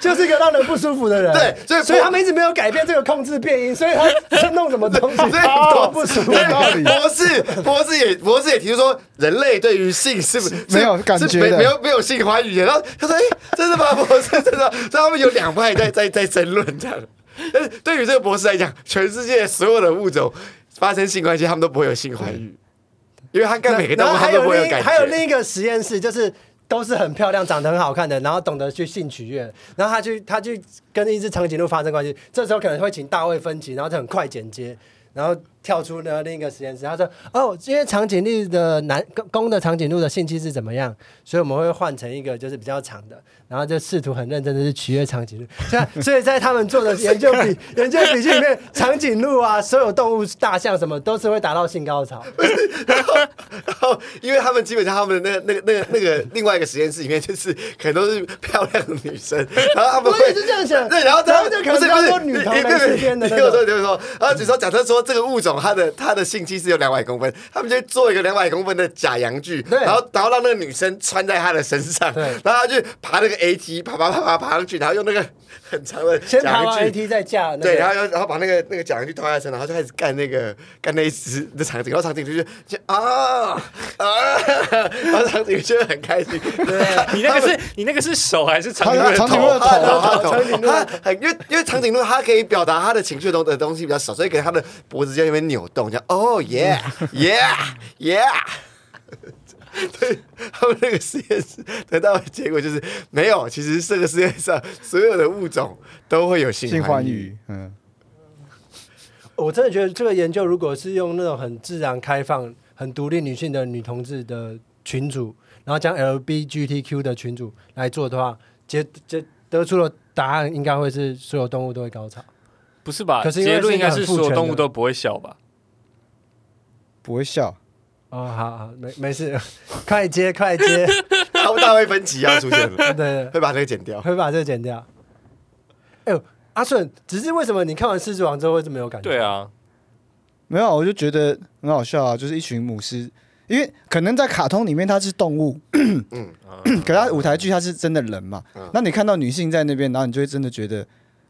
[SPEAKER 1] 就是一个让人不舒服的人。
[SPEAKER 4] 对所以
[SPEAKER 1] 所以他们一直没有改变这个控制变音，所以他他弄什么东西
[SPEAKER 4] 所以
[SPEAKER 1] 都不舒服。
[SPEAKER 4] 对
[SPEAKER 3] 道理
[SPEAKER 4] 博士，博士也博士也提出说，人类对于性是不是
[SPEAKER 3] 没有感觉
[SPEAKER 4] 是
[SPEAKER 3] 的
[SPEAKER 4] 没没有没有性欢愉的。然后他说：“哎、真的吗？博士， 真的。”所以他们有两派在在在争论这样。 但是对于这个博士来讲，全世界所有的物种发生性关系，他们都不会有性欢愉，因为他跟每个动
[SPEAKER 1] 然
[SPEAKER 4] 物
[SPEAKER 1] 后
[SPEAKER 4] 他
[SPEAKER 1] 还
[SPEAKER 4] 们都
[SPEAKER 1] 有
[SPEAKER 4] 不会
[SPEAKER 1] 另
[SPEAKER 4] 感觉。
[SPEAKER 1] 还有另一个实验室，就是都是很漂亮、长得很好看的，然后懂得去性取悦，然后他去他去跟一只长颈鹿发生关系，这时候可能会请大卫芬奇，然后就很快剪接。然后跳出呢另一个实验室，他说：“哦，因为长颈鹿的男公公的长颈鹿的性器是怎么样，所以我们会换成一个就是比较长的，然后就试图很认真的去取悦长颈鹿。所以，所以在他们做的研究笔研究笔记里面，长颈鹿啊，所有动物大象什么都是会达到性高潮。
[SPEAKER 4] 然后，因为他们基本上他们的那个、那个、那个、那个另外一个实验室里面，就是可能都是漂亮的女生，然后他们
[SPEAKER 1] 我
[SPEAKER 4] 会
[SPEAKER 1] 也是这样想
[SPEAKER 4] 对，然后
[SPEAKER 1] 然
[SPEAKER 4] 他
[SPEAKER 1] 后
[SPEAKER 4] 们
[SPEAKER 1] 就可能
[SPEAKER 4] 不是
[SPEAKER 1] 比较
[SPEAKER 4] 不是
[SPEAKER 1] 多女同
[SPEAKER 4] 你
[SPEAKER 1] 男之间的
[SPEAKER 4] 你
[SPEAKER 1] 那
[SPEAKER 4] 听我
[SPEAKER 1] 种
[SPEAKER 4] 说，你听我说，然后只说假设说这个物种种他的他的性器是有两百公分，他们就做一个两百公分的假阳具，
[SPEAKER 1] 对
[SPEAKER 4] 然后然后让那个女生穿在他的身上，
[SPEAKER 1] 对
[SPEAKER 4] 然后他去爬那个 AT，爬爬爬爬爬上去，然后用那个很长的
[SPEAKER 1] 先
[SPEAKER 4] 假
[SPEAKER 1] 爬
[SPEAKER 4] 阳
[SPEAKER 1] 完
[SPEAKER 4] 具
[SPEAKER 1] AT 再架，那个
[SPEAKER 4] 对，然后要然后把那个那个假人去套在身上，然后就开始干那个干那一只的场景，然后场景就是就啊 啊，然后场景就很开心，对，
[SPEAKER 2] 你那个是你那个是手还是长颈
[SPEAKER 3] 他
[SPEAKER 2] 鹿
[SPEAKER 3] 是
[SPEAKER 2] 的
[SPEAKER 3] 长颈
[SPEAKER 2] 头？
[SPEAKER 3] 鹿的
[SPEAKER 4] 他
[SPEAKER 3] 头，
[SPEAKER 4] 他他很因为因为长颈鹿它可以表达他的情绪中的东西比较少，所以可能他的脖子在那边扭动，这样哦耶耶耶。 对他们那个实验室得到的结果就是没有。其实这个世界上所有的物种都会有性
[SPEAKER 3] 性欢
[SPEAKER 4] 欢愉，
[SPEAKER 3] 愉，嗯，
[SPEAKER 1] 我真的觉得这个研究如果是用那种很自然、开放、很独立女性的女同志的群组，然后将 LBGTQ 的群组来做的话，结结得出的答案应该会是所有动物都会高潮。
[SPEAKER 2] 不是吧？
[SPEAKER 1] 可是因为
[SPEAKER 2] 结论应该
[SPEAKER 1] 是一
[SPEAKER 2] 是
[SPEAKER 1] 个很
[SPEAKER 2] 所
[SPEAKER 1] 父
[SPEAKER 2] 有
[SPEAKER 1] 权
[SPEAKER 2] 动物
[SPEAKER 1] 的
[SPEAKER 2] 都不会笑吧？
[SPEAKER 3] 不会笑。
[SPEAKER 1] 哦，好好，没没事， 快接快接，
[SPEAKER 4] 他们大卫芬奇要出现了，
[SPEAKER 1] 对对，
[SPEAKER 4] 会把那个剪掉。
[SPEAKER 1] 会把这个剪掉。哎呦，阿顺，只是为什么你看完《狮子王》之后会这么有感觉？
[SPEAKER 2] 对啊，
[SPEAKER 3] 没有，我就觉得很好笑啊，就是一群母狮，因为可能在卡通里面它是动物， 可它舞台剧它是真的人嘛。那你看到女性在那边，然后你就会真的觉得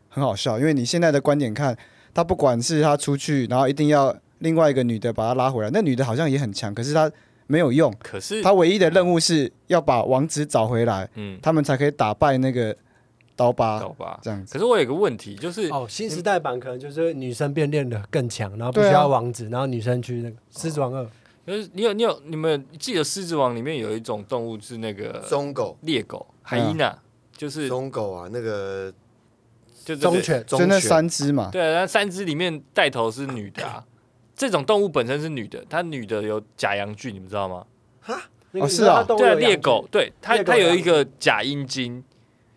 [SPEAKER 3] 很好笑，因为你现在的观点看，她不管是她出去，然后一定要另外一个女的把她拉回来，那女的好像也很强，可是她没有用，
[SPEAKER 2] 可是
[SPEAKER 3] 她唯一的任务是要把王子找回来，
[SPEAKER 2] 嗯，
[SPEAKER 3] 他们才可以打败那个刀疤
[SPEAKER 2] 好吧。
[SPEAKER 3] 这样子。
[SPEAKER 2] 可是我有个问题，就是嗯
[SPEAKER 1] 哦，新时代版可能就是女生变练的更强，然后不
[SPEAKER 3] 对啊
[SPEAKER 1] 需要王子，然后女生去那个《狮子王二》。
[SPEAKER 2] 就是你有你有你们记得《狮子王》里面有一种动物是那个
[SPEAKER 4] 中狗，
[SPEAKER 2] 猎狗海伊娜，就是
[SPEAKER 4] 中狗啊，那个
[SPEAKER 2] 就是
[SPEAKER 1] 忠犬
[SPEAKER 4] 忠
[SPEAKER 3] 就那
[SPEAKER 4] 犬
[SPEAKER 3] 三只嘛，
[SPEAKER 2] 对啊，那三只里面带头是女的啊。这种动物本身是女的，它女的有假阳具，你们知道吗？
[SPEAKER 1] 那个
[SPEAKER 3] 哦
[SPEAKER 1] 你
[SPEAKER 3] 是啊
[SPEAKER 1] 知道它动物
[SPEAKER 2] 对啊，
[SPEAKER 1] 有
[SPEAKER 2] 猎
[SPEAKER 1] 阳具
[SPEAKER 2] 狗，对它
[SPEAKER 1] 猎狗
[SPEAKER 2] 它有
[SPEAKER 1] 有
[SPEAKER 2] 一个假阴茎，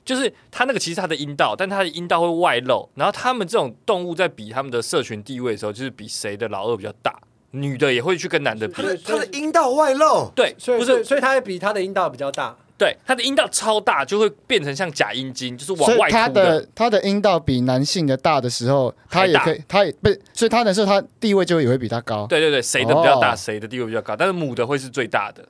[SPEAKER 2] 就是它那个其实它的阴道，但它的阴道会外露。然后它们这种动物在比它们的社群地位的时候，就是比谁的老二比较大，女的也会去跟男的比
[SPEAKER 4] 它。的
[SPEAKER 1] 对
[SPEAKER 4] 它的阴道外露，
[SPEAKER 2] 对，
[SPEAKER 1] 所以
[SPEAKER 2] 不
[SPEAKER 1] 所以
[SPEAKER 2] 是
[SPEAKER 1] 所以它比它的阴道比较大，
[SPEAKER 2] 对，它的阴道超大，就会变成像假阴茎，就是
[SPEAKER 3] 所
[SPEAKER 2] 往
[SPEAKER 3] 以
[SPEAKER 2] 外
[SPEAKER 3] 他
[SPEAKER 2] 凸的。
[SPEAKER 3] 的他的阴道比男性的大的时候，他也可以，他也不，所以他的时候他地位就也会比他高。
[SPEAKER 2] 对对对，谁的比较大，
[SPEAKER 3] 哦
[SPEAKER 2] 谁的地位比较高，但是母的会是最大的，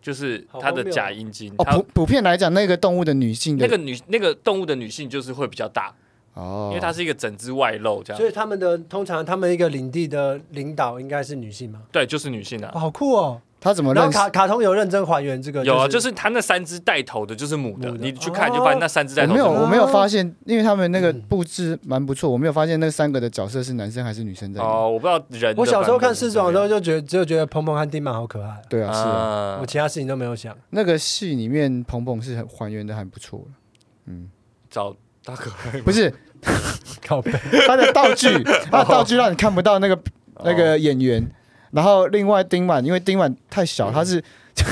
[SPEAKER 2] 就是它的假阴茎，
[SPEAKER 3] 哦，
[SPEAKER 2] 它
[SPEAKER 3] 普普遍来讲，那个动物的女性的
[SPEAKER 2] 那个女那个动物的女性就是会比较大，
[SPEAKER 3] 哦，
[SPEAKER 2] 因为它是一个整只外露这
[SPEAKER 1] 所
[SPEAKER 2] 样。
[SPEAKER 1] 以他们的通常他们一个领地的领导应该是女性嘛，
[SPEAKER 2] 对，就是女性啊
[SPEAKER 1] 哦、。好酷哦！
[SPEAKER 3] 他怎么
[SPEAKER 1] 然后
[SPEAKER 3] 认识？
[SPEAKER 1] 卡卡通有认真还原这个，
[SPEAKER 2] 有啊，
[SPEAKER 1] 就
[SPEAKER 2] 就是它那三只带头的，就是母的，
[SPEAKER 1] 母的哦
[SPEAKER 2] 你去看你就发现那三只带
[SPEAKER 3] 我
[SPEAKER 2] 头
[SPEAKER 3] 没
[SPEAKER 2] 是
[SPEAKER 3] 有，
[SPEAKER 2] 母的。
[SPEAKER 3] 我没有发现，因为他们那个布置蛮不错，我没有发现那三个的角色是男生还是女生在里面。
[SPEAKER 2] 哦，我不知道人的版本是怎么样。
[SPEAKER 1] 我小时候看《狮子王》的时候就觉得只有觉得鹏鹏和丁满好可爱啊，
[SPEAKER 3] 对啊，是啊
[SPEAKER 2] 啊
[SPEAKER 1] 我其他事情都没有 想。
[SPEAKER 3] 那个戏里面鹏鹏是很还原的，还不错了
[SPEAKER 2] 找大 可爱
[SPEAKER 3] 不是
[SPEAKER 1] 靠背，
[SPEAKER 3] 他的道具，他的道具让你看不到那个那个演员。然后另外丁满，因为丁满太小，他是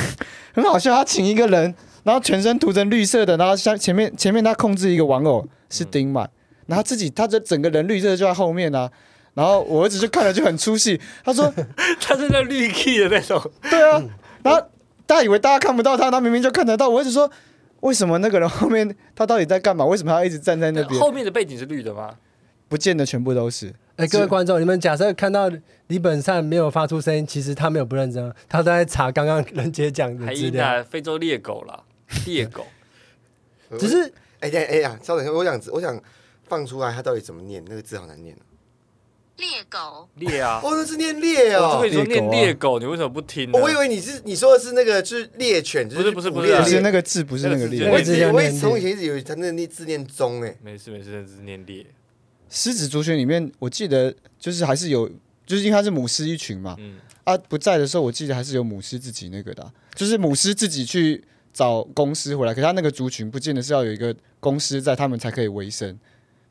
[SPEAKER 3] 很好笑，他请一个人，然后全身涂成绿色的，然后像前面前面他控制一个玩偶是丁满，然后他自己他的整个人绿色就在后面啊。然后我儿子就看了就很出戏，他说
[SPEAKER 2] 它是那绿 key 的那种，
[SPEAKER 3] 对啊，然后大家以为大家看不到他，他明明就看得到。我儿子说为什么那个人后面他到底在干嘛？为什么他要一直站在那边？
[SPEAKER 2] 后面的背景是绿的吗？
[SPEAKER 3] 不见得全部都是。
[SPEAKER 1] 哎，各位观众，你们假设看到李本善没有发出声音，其实他没有不认真啊，他都在查刚 刚人杰讲
[SPEAKER 2] 海
[SPEAKER 1] 的
[SPEAKER 2] 伊
[SPEAKER 1] 资料，
[SPEAKER 2] 娜，非洲猎狗啦，猎 狗。
[SPEAKER 1] 只是
[SPEAKER 4] 哎呀哎呀，稍等一下，我想我想放出来，它到底怎么念？那个字好难念哦
[SPEAKER 5] 猎狗，
[SPEAKER 2] 猎 啊！
[SPEAKER 4] 哦，那是念猎
[SPEAKER 2] 我就
[SPEAKER 4] 哦
[SPEAKER 2] 跟。你
[SPEAKER 3] 猎
[SPEAKER 2] 说
[SPEAKER 3] 狗啊
[SPEAKER 2] 念猎狗，你为什么不听呢？
[SPEAKER 1] 哦
[SPEAKER 4] 我以为你是你说的是那个，就是猎犬，就
[SPEAKER 2] 不是不是
[SPEAKER 4] 捕
[SPEAKER 2] 不
[SPEAKER 4] 猎
[SPEAKER 2] 是
[SPEAKER 4] 的
[SPEAKER 3] 不是
[SPEAKER 4] 猎
[SPEAKER 3] 那个字，不是那个
[SPEAKER 2] 那个字
[SPEAKER 3] 猎
[SPEAKER 2] 就
[SPEAKER 3] 人。
[SPEAKER 4] 我
[SPEAKER 1] 我也是要
[SPEAKER 4] 一直我一
[SPEAKER 1] 念
[SPEAKER 4] 直从以前一直以为它那个字念中哎，
[SPEAKER 2] 没事没事，那是念猎。
[SPEAKER 3] 狮子族群里面，我记得就是还是有，就是因为它是母狮一群嘛，
[SPEAKER 2] 嗯
[SPEAKER 3] 啊不在的时候，我记得还是有母狮自己那个的啊、就是母狮自己去找公狮回来，可它那个族群不见得是要有一个公狮在，他们才可以维生，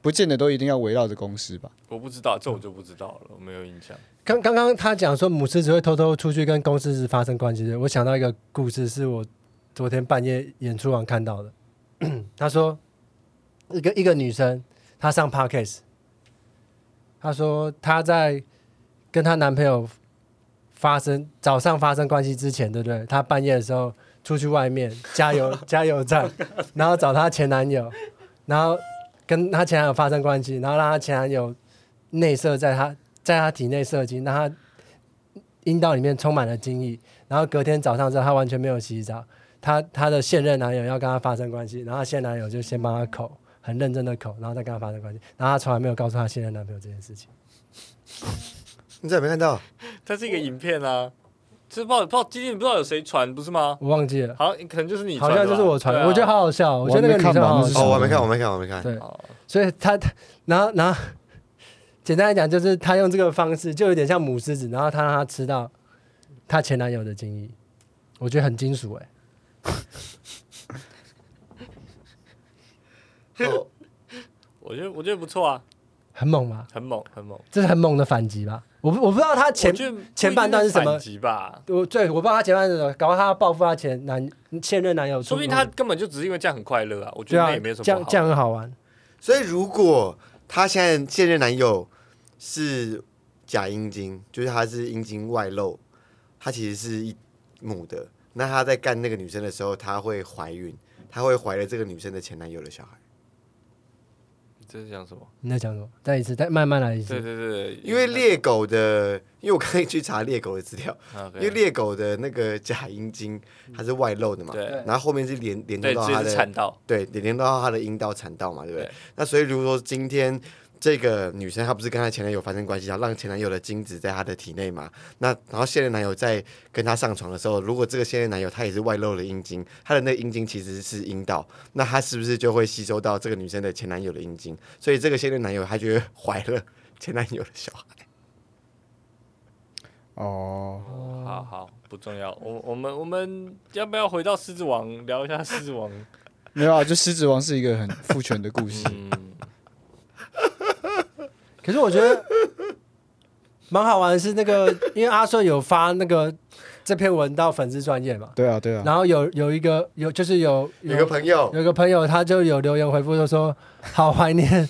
[SPEAKER 3] 不见得都一定要围绕着公狮吧。
[SPEAKER 2] 我不知道，这我就不知道了，我没 有印象。
[SPEAKER 1] 刚刚刚他讲说母狮子会偷偷出去跟公狮子发生关系的，我想到一个故事，是我昨天半夜演出完看到的。他说，一个一个女生，她上 podcast，她说她在跟她男朋友发生早上发生关系之前，对不对？她半夜的时候出去外面加油加油站，然后找她前男友，然后跟她前男友发生关系，然后让她前男友内射在她在他体内射精，让他阴道里面充满了精液，然后隔天早上之后他完全没有洗澡，他他的现任男友要跟他发生关系，然后他现任男友就先帮他口，很认真的口，然后再跟他发生关系，然后他从来没有告诉他现任男朋友这件事情。
[SPEAKER 4] 你怎么没看到？
[SPEAKER 2] 它是一个影片啊，这不知道不知道今天不知道有谁传不是吗？
[SPEAKER 1] 我忘记了，
[SPEAKER 2] 好像可能就是你传
[SPEAKER 1] 好
[SPEAKER 2] 的吧，
[SPEAKER 1] 像就是我传，
[SPEAKER 2] 对啊
[SPEAKER 1] 我觉得好好笑哦，我觉得那个女生好好
[SPEAKER 3] 我还没看
[SPEAKER 1] 笑
[SPEAKER 3] 吧
[SPEAKER 4] 哦，。我还没看，我没看，我没看。
[SPEAKER 1] 对
[SPEAKER 2] 哦
[SPEAKER 1] 所以他，他然后，然后，简单来讲，就是他用这个方式，就有点像母狮子，然后他让他吃到他前男友的精液，我觉得很金属哎、
[SPEAKER 4] 哦
[SPEAKER 2] 我觉得我觉得不错啊，
[SPEAKER 1] 很猛吧？
[SPEAKER 2] 很猛很猛。
[SPEAKER 1] 这是很猛的反击吧？我不我不知道他前
[SPEAKER 2] 我觉得不一定
[SPEAKER 1] 前半段是什么
[SPEAKER 2] 反击吧？
[SPEAKER 1] 我对我不知道他前半段是什么，搞不好他要报复他前男现任男友，
[SPEAKER 2] 说不定他根本就只是因为这样很快乐啊，我觉
[SPEAKER 1] 对
[SPEAKER 2] 得
[SPEAKER 1] 啊
[SPEAKER 2] 那也没有，什
[SPEAKER 1] 这
[SPEAKER 2] 么
[SPEAKER 1] 样
[SPEAKER 2] 不
[SPEAKER 1] 这
[SPEAKER 2] 好。
[SPEAKER 1] 样很好玩。
[SPEAKER 4] 所以如果她现在现任男友是假阴茎，就是他是阴茎外露，他其实是一母的，那他在干那个女生的时候，他会怀孕，他会怀了这个女生的前男友的小孩。
[SPEAKER 2] 你这是讲什么？
[SPEAKER 1] 你在讲什么？再一次，再慢慢来一
[SPEAKER 2] 对
[SPEAKER 1] 次。
[SPEAKER 2] 对对，
[SPEAKER 4] 因为猎狗的，因为我刚才去查猎狗的资料，
[SPEAKER 2] 啊
[SPEAKER 4] 因
[SPEAKER 2] 对
[SPEAKER 4] 为猎狗的那个假阴茎它是外露的嘛，
[SPEAKER 2] 对
[SPEAKER 4] 然后后面是连连通
[SPEAKER 2] 对，
[SPEAKER 4] 到
[SPEAKER 2] 这
[SPEAKER 4] 它
[SPEAKER 2] 是
[SPEAKER 4] 的
[SPEAKER 2] 惨到
[SPEAKER 4] 对，连连到她的阴道、产道嘛，对不对？
[SPEAKER 2] 对
[SPEAKER 4] 那所以如果说今天这个女生她不是跟她前男友发生关系，然后让前男友的精子在她的体内嘛，那然后现任男友在跟她上床的时候，如果这个现任男友他也是外露了阴茎，他的那个阴茎其实是阴道，那他是不是就会吸收到这个女生的前男友的阴茎？所以这个现任男友他就会 怀了前男友的小孩。
[SPEAKER 3] 哦，
[SPEAKER 2] 好好不重要。我我们我们要不要回到狮子王聊一下狮 子王？
[SPEAKER 3] 没有啊，就《狮子王》是一个很父权的 故事。
[SPEAKER 2] 嗯，
[SPEAKER 1] 可是我觉得 蛮好玩的是那个， 因为阿顺有发那个这篇文到粉丝专业嘛，
[SPEAKER 3] 对啊，对啊，
[SPEAKER 1] 然后有有一个有就是有
[SPEAKER 4] 有个朋友，
[SPEAKER 1] 有个朋友他就有留言回复，就说好怀念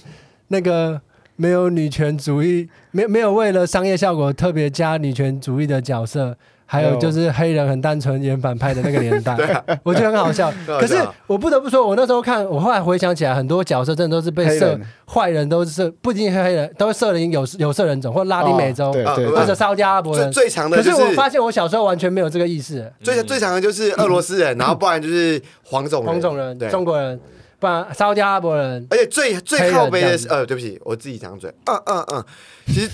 [SPEAKER 1] 那个没有女权主义，没没有为了商业效果特别加女权主义的角色，还有就是黑人很单纯演反派的那个 年代，我觉得很好笑。
[SPEAKER 4] 啊对啊
[SPEAKER 1] 可是
[SPEAKER 4] 对啊
[SPEAKER 1] 我不得不说，我那时候看，我后来回想起来，很多角色真的都是被
[SPEAKER 3] 黑
[SPEAKER 1] 设
[SPEAKER 3] 人
[SPEAKER 1] 坏人，都是不一定是黑人，都是设定有有色人种或拉丁美洲
[SPEAKER 3] 哦对
[SPEAKER 4] 啊
[SPEAKER 3] 对
[SPEAKER 1] 或
[SPEAKER 3] 对
[SPEAKER 1] 者沙特阿拉伯
[SPEAKER 4] 最
[SPEAKER 1] 人。
[SPEAKER 4] 最长的
[SPEAKER 1] 可
[SPEAKER 4] 就是
[SPEAKER 1] 我发现我小时候完全没有这个意识。
[SPEAKER 2] 嗯
[SPEAKER 4] 最最常的就是俄罗斯人，然后不然就是黄种人，
[SPEAKER 1] 黄种人、
[SPEAKER 4] 对。
[SPEAKER 1] 嗯中国人，不然沙特阿拉伯人，
[SPEAKER 4] 而且最
[SPEAKER 1] 黑
[SPEAKER 4] 最
[SPEAKER 1] 人
[SPEAKER 4] 靠背
[SPEAKER 1] 这
[SPEAKER 4] 的
[SPEAKER 1] 样
[SPEAKER 4] 是，
[SPEAKER 1] 子
[SPEAKER 4] 呃，对不起，我自己张嘴，嗯嗯嗯，其实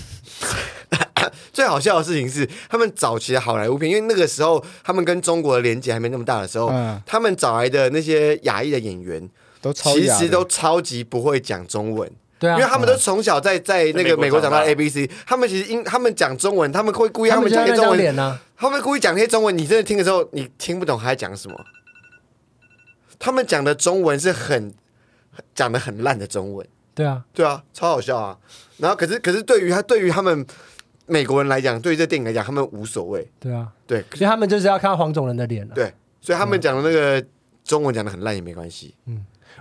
[SPEAKER 4] 最好笑的事情是，他们早期的好莱坞片，因为那个时候他们跟中国的连接还没那么大的时候，
[SPEAKER 3] 嗯，
[SPEAKER 4] 他们找来的那些亚裔的演员，
[SPEAKER 3] 都超
[SPEAKER 4] 其
[SPEAKER 3] 雅的
[SPEAKER 4] 实都超级不会讲中文。
[SPEAKER 1] 对啊，
[SPEAKER 4] 因为他们都从小在在那个
[SPEAKER 2] 在美
[SPEAKER 4] 美
[SPEAKER 2] 国
[SPEAKER 4] 国长
[SPEAKER 2] 长大
[SPEAKER 4] 大的 A B C，他们其实英他们讲中文，他们会故意
[SPEAKER 1] 他
[SPEAKER 4] 他们
[SPEAKER 1] 就
[SPEAKER 4] 讲
[SPEAKER 1] 在那
[SPEAKER 4] 一些中
[SPEAKER 1] 张
[SPEAKER 4] 文，
[SPEAKER 1] 脸啊呢、
[SPEAKER 4] 他们故意讲那些中文，你真的听的时候你听不懂他在讲什么。他们讲的中文是很讲的很烂的中文。
[SPEAKER 1] 对啊，
[SPEAKER 4] 对啊，超好笑啊。然后可是可是对于他对于他们美国人来讲，对于这电影来讲，他们无所谓。
[SPEAKER 1] 对啊，
[SPEAKER 4] 对
[SPEAKER 1] 所以他们就是要看到黄种人的脸了、啊
[SPEAKER 4] 对，所以他们讲的那个中文讲的很烂也没关系。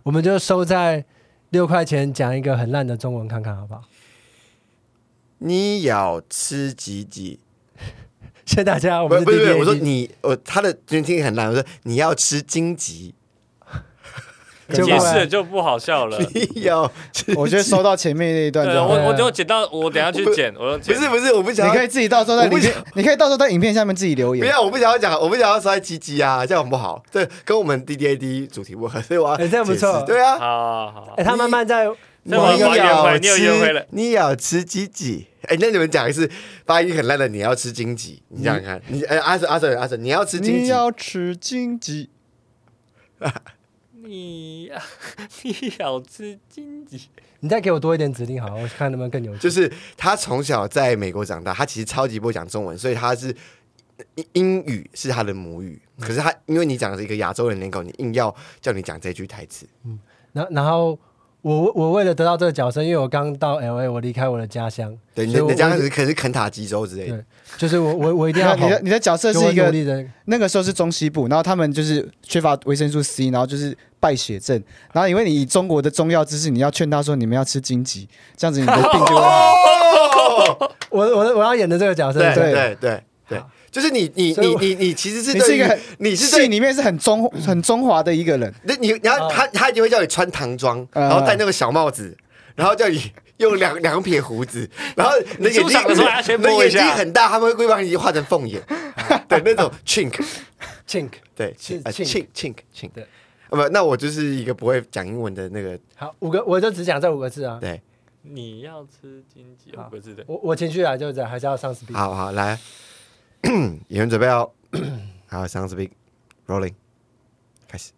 [SPEAKER 1] 我们就收在六块钱讲一个很烂的中文看看好不好？
[SPEAKER 4] 你要吃几几？
[SPEAKER 1] 谢谢大家，我
[SPEAKER 4] 不
[SPEAKER 1] 们
[SPEAKER 4] 是
[SPEAKER 1] 是
[SPEAKER 4] 不
[SPEAKER 1] D
[SPEAKER 4] 是不
[SPEAKER 1] D
[SPEAKER 4] 是，我说你我他的今天听起来很烂，我说你要吃荆 棘，
[SPEAKER 1] 就
[SPEAKER 2] 解
[SPEAKER 1] 过
[SPEAKER 2] 释了
[SPEAKER 1] 来
[SPEAKER 2] 就不好笑 了。
[SPEAKER 4] 你要吃。
[SPEAKER 3] 我觉得收到前面那一段
[SPEAKER 2] 对，
[SPEAKER 3] 就好
[SPEAKER 1] 对啊
[SPEAKER 2] 我我就剪到，我等一下去 剪，我就
[SPEAKER 4] 不
[SPEAKER 2] 剪。
[SPEAKER 4] 是不是，我不想
[SPEAKER 3] 你
[SPEAKER 4] 要
[SPEAKER 3] 可以自己到时候在影
[SPEAKER 4] 我
[SPEAKER 3] 片，你可以到时候在影片下面自己留
[SPEAKER 4] 不
[SPEAKER 3] 言。
[SPEAKER 4] 要，我不想要讲，我不想要说在鸡鸡啊，这样很不好。对，跟我们 D D A D 主题不合， 所以我要
[SPEAKER 1] 哎这样不
[SPEAKER 4] 解释
[SPEAKER 1] 错
[SPEAKER 4] 对啊，
[SPEAKER 2] 好好好
[SPEAKER 1] 哎、，他慢慢在
[SPEAKER 4] 你
[SPEAKER 2] 这我还原回你有
[SPEAKER 4] 吃
[SPEAKER 2] 原回了
[SPEAKER 4] 你要吃鸡鸡。哎、那你们讲一次，发音很烂的，你要吃荆棘，你想想
[SPEAKER 1] 嗯
[SPEAKER 4] 看，你哎、阿婶阿婶阿婶，你要吃荆
[SPEAKER 3] 你
[SPEAKER 4] 棘，
[SPEAKER 3] 要吃荆棘，
[SPEAKER 2] 你 你要吃荆棘，
[SPEAKER 1] 你再给我多一点指令好了，我看能不能更有趣。
[SPEAKER 4] 就是他从小在美国长大，他其实超级不会讲中文，所以他是英英语是他的母语。
[SPEAKER 1] 嗯
[SPEAKER 4] 可是他因为你讲的是一个亚洲人脸孔，你硬要叫你讲这句台词，
[SPEAKER 1] 然然后我我为了得到这个角色，因为我刚到 L A，我离开我的家乡，
[SPEAKER 4] 对，你
[SPEAKER 1] 所以我
[SPEAKER 4] 你讲的可能是肯塔基州之类的
[SPEAKER 1] 对，就是我我我一
[SPEAKER 3] 你
[SPEAKER 1] 定要
[SPEAKER 3] 看
[SPEAKER 1] 好
[SPEAKER 3] 你的，你的角色
[SPEAKER 1] 就是我
[SPEAKER 3] 一
[SPEAKER 1] 努
[SPEAKER 3] 个
[SPEAKER 1] 力的，
[SPEAKER 3] 那个时候是中西部，然后他们就是缺乏维生素 C，然后就是败血症，然后因为你以中国的中药知识，你要劝他说你们要吃荆棘，这样子你的病就会
[SPEAKER 4] 哦
[SPEAKER 1] 我我我要演的这个角色，
[SPEAKER 4] 对
[SPEAKER 3] 对
[SPEAKER 4] 对对对，就是你你
[SPEAKER 1] 所以
[SPEAKER 4] 你
[SPEAKER 1] 我
[SPEAKER 4] 你你其实是
[SPEAKER 3] 你是
[SPEAKER 4] 对
[SPEAKER 3] 一
[SPEAKER 4] 于
[SPEAKER 3] 个很
[SPEAKER 4] 你是
[SPEAKER 3] 戏
[SPEAKER 4] 对。
[SPEAKER 3] 里面是很中很中华的一个人，
[SPEAKER 4] 那你然后他他一定会叫你穿唐装，然
[SPEAKER 3] 嗯
[SPEAKER 4] 后戴那个小帽子，然后叫你 用两两撇胡子，然后你的眼
[SPEAKER 2] 出
[SPEAKER 4] 睛
[SPEAKER 2] 场的时候还要先
[SPEAKER 4] 你的
[SPEAKER 2] 摸一
[SPEAKER 4] 眼睛
[SPEAKER 2] 下
[SPEAKER 4] 很大，他们会故意把你画成凤眼，对那种 chink，
[SPEAKER 1] chink
[SPEAKER 4] 对
[SPEAKER 1] 是
[SPEAKER 4] chink chink chink，
[SPEAKER 1] 对
[SPEAKER 4] 啊不，那我就是一个不会讲英文的那个，
[SPEAKER 1] 好五个，我就只讲这五个字啊。
[SPEAKER 4] 对，
[SPEAKER 2] 你要吃荆棘
[SPEAKER 1] 好
[SPEAKER 2] 五个字的，
[SPEAKER 1] 我我情绪来就是这样，还是要上 speed。
[SPEAKER 4] 好好来， 演员准备哦， 好，sounds big，rolling，开始。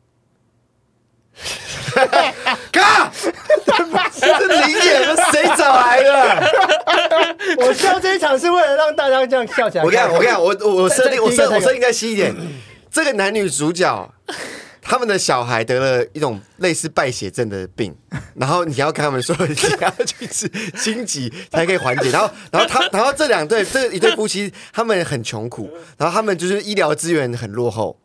[SPEAKER 4] 嘎！这灵眼是谁找来的？
[SPEAKER 1] 我笑这一场是为了让大家这样笑起来。
[SPEAKER 4] 我跟你讲，我跟你讲，我我我
[SPEAKER 1] 再
[SPEAKER 4] 设定，我
[SPEAKER 1] 再第
[SPEAKER 4] 设
[SPEAKER 1] 一个
[SPEAKER 4] 我设定再细一点。这个男女主角，他们的小孩得了一种类似败血症的病，然后你要跟他们说，哎你要去吃荆棘才可以缓解。然后，然后他，然后这两对这一对夫妻，他们很穷苦，然后他们就是医疗资源很落后。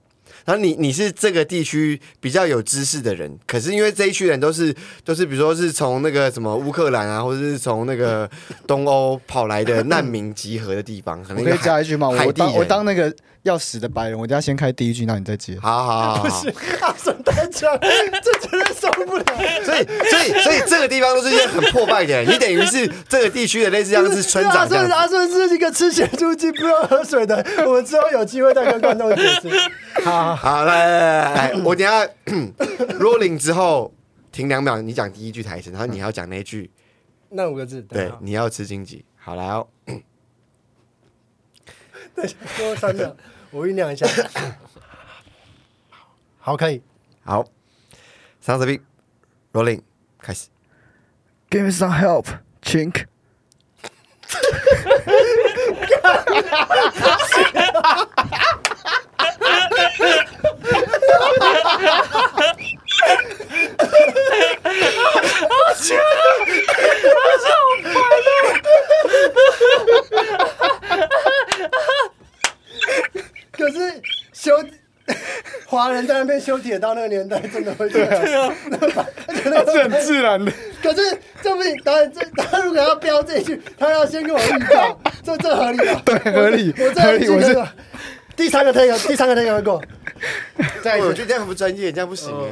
[SPEAKER 4] 然后你你是这个地区比较有知识的人，可是因为这一区人都是 都是比如说是从那个什么乌克兰啊，或者是从那个东欧跑来的难民集合的地方，可能
[SPEAKER 3] 我可以加一句吗？
[SPEAKER 4] 海
[SPEAKER 3] 我
[SPEAKER 4] 地
[SPEAKER 3] 当
[SPEAKER 4] 人
[SPEAKER 3] 我当那个要死的白人，我等一下先开第一句，那你再接。
[SPEAKER 4] 好好好，
[SPEAKER 1] 不
[SPEAKER 4] 好
[SPEAKER 1] 是阿神太强，这真的受不了。
[SPEAKER 4] 所以所以所以这个地方都是一些很破败的人，你等于是这个地区的类似像是村长这
[SPEAKER 1] 对啊阿顺
[SPEAKER 4] 样
[SPEAKER 1] 阿
[SPEAKER 4] 子。
[SPEAKER 1] 顺是一个吃咸猪鸡不要喝水的，我们之后有机会再跟观众解 释。好，好
[SPEAKER 4] 好，来来来来来，我等一下 rolling 之后停两秒，你讲第一句台词，然后你还要讲那一句，
[SPEAKER 1] 那五个字，
[SPEAKER 4] 对
[SPEAKER 1] 好，
[SPEAKER 4] 你要吃荆棘。好来哦，
[SPEAKER 1] 等一下给我三秒，我酝酿一下。好，可以。
[SPEAKER 4] 好，三十 B rolling 开始。
[SPEAKER 3] Give me some help, chink。
[SPEAKER 1] 可是修 华人在那边修铁道那个年代，真的会这
[SPEAKER 4] 啊
[SPEAKER 1] 样。
[SPEAKER 3] 他是很自然的，
[SPEAKER 1] 可是这不行，导演这他如果要标这一句，他要先跟我预告，这这合理 吗？
[SPEAKER 3] 对合理
[SPEAKER 1] 我这一句
[SPEAKER 3] 合理
[SPEAKER 1] 那个第三个 take，第三个 take 会过。
[SPEAKER 4] 再我觉得这样不专业，这样不行
[SPEAKER 1] 哦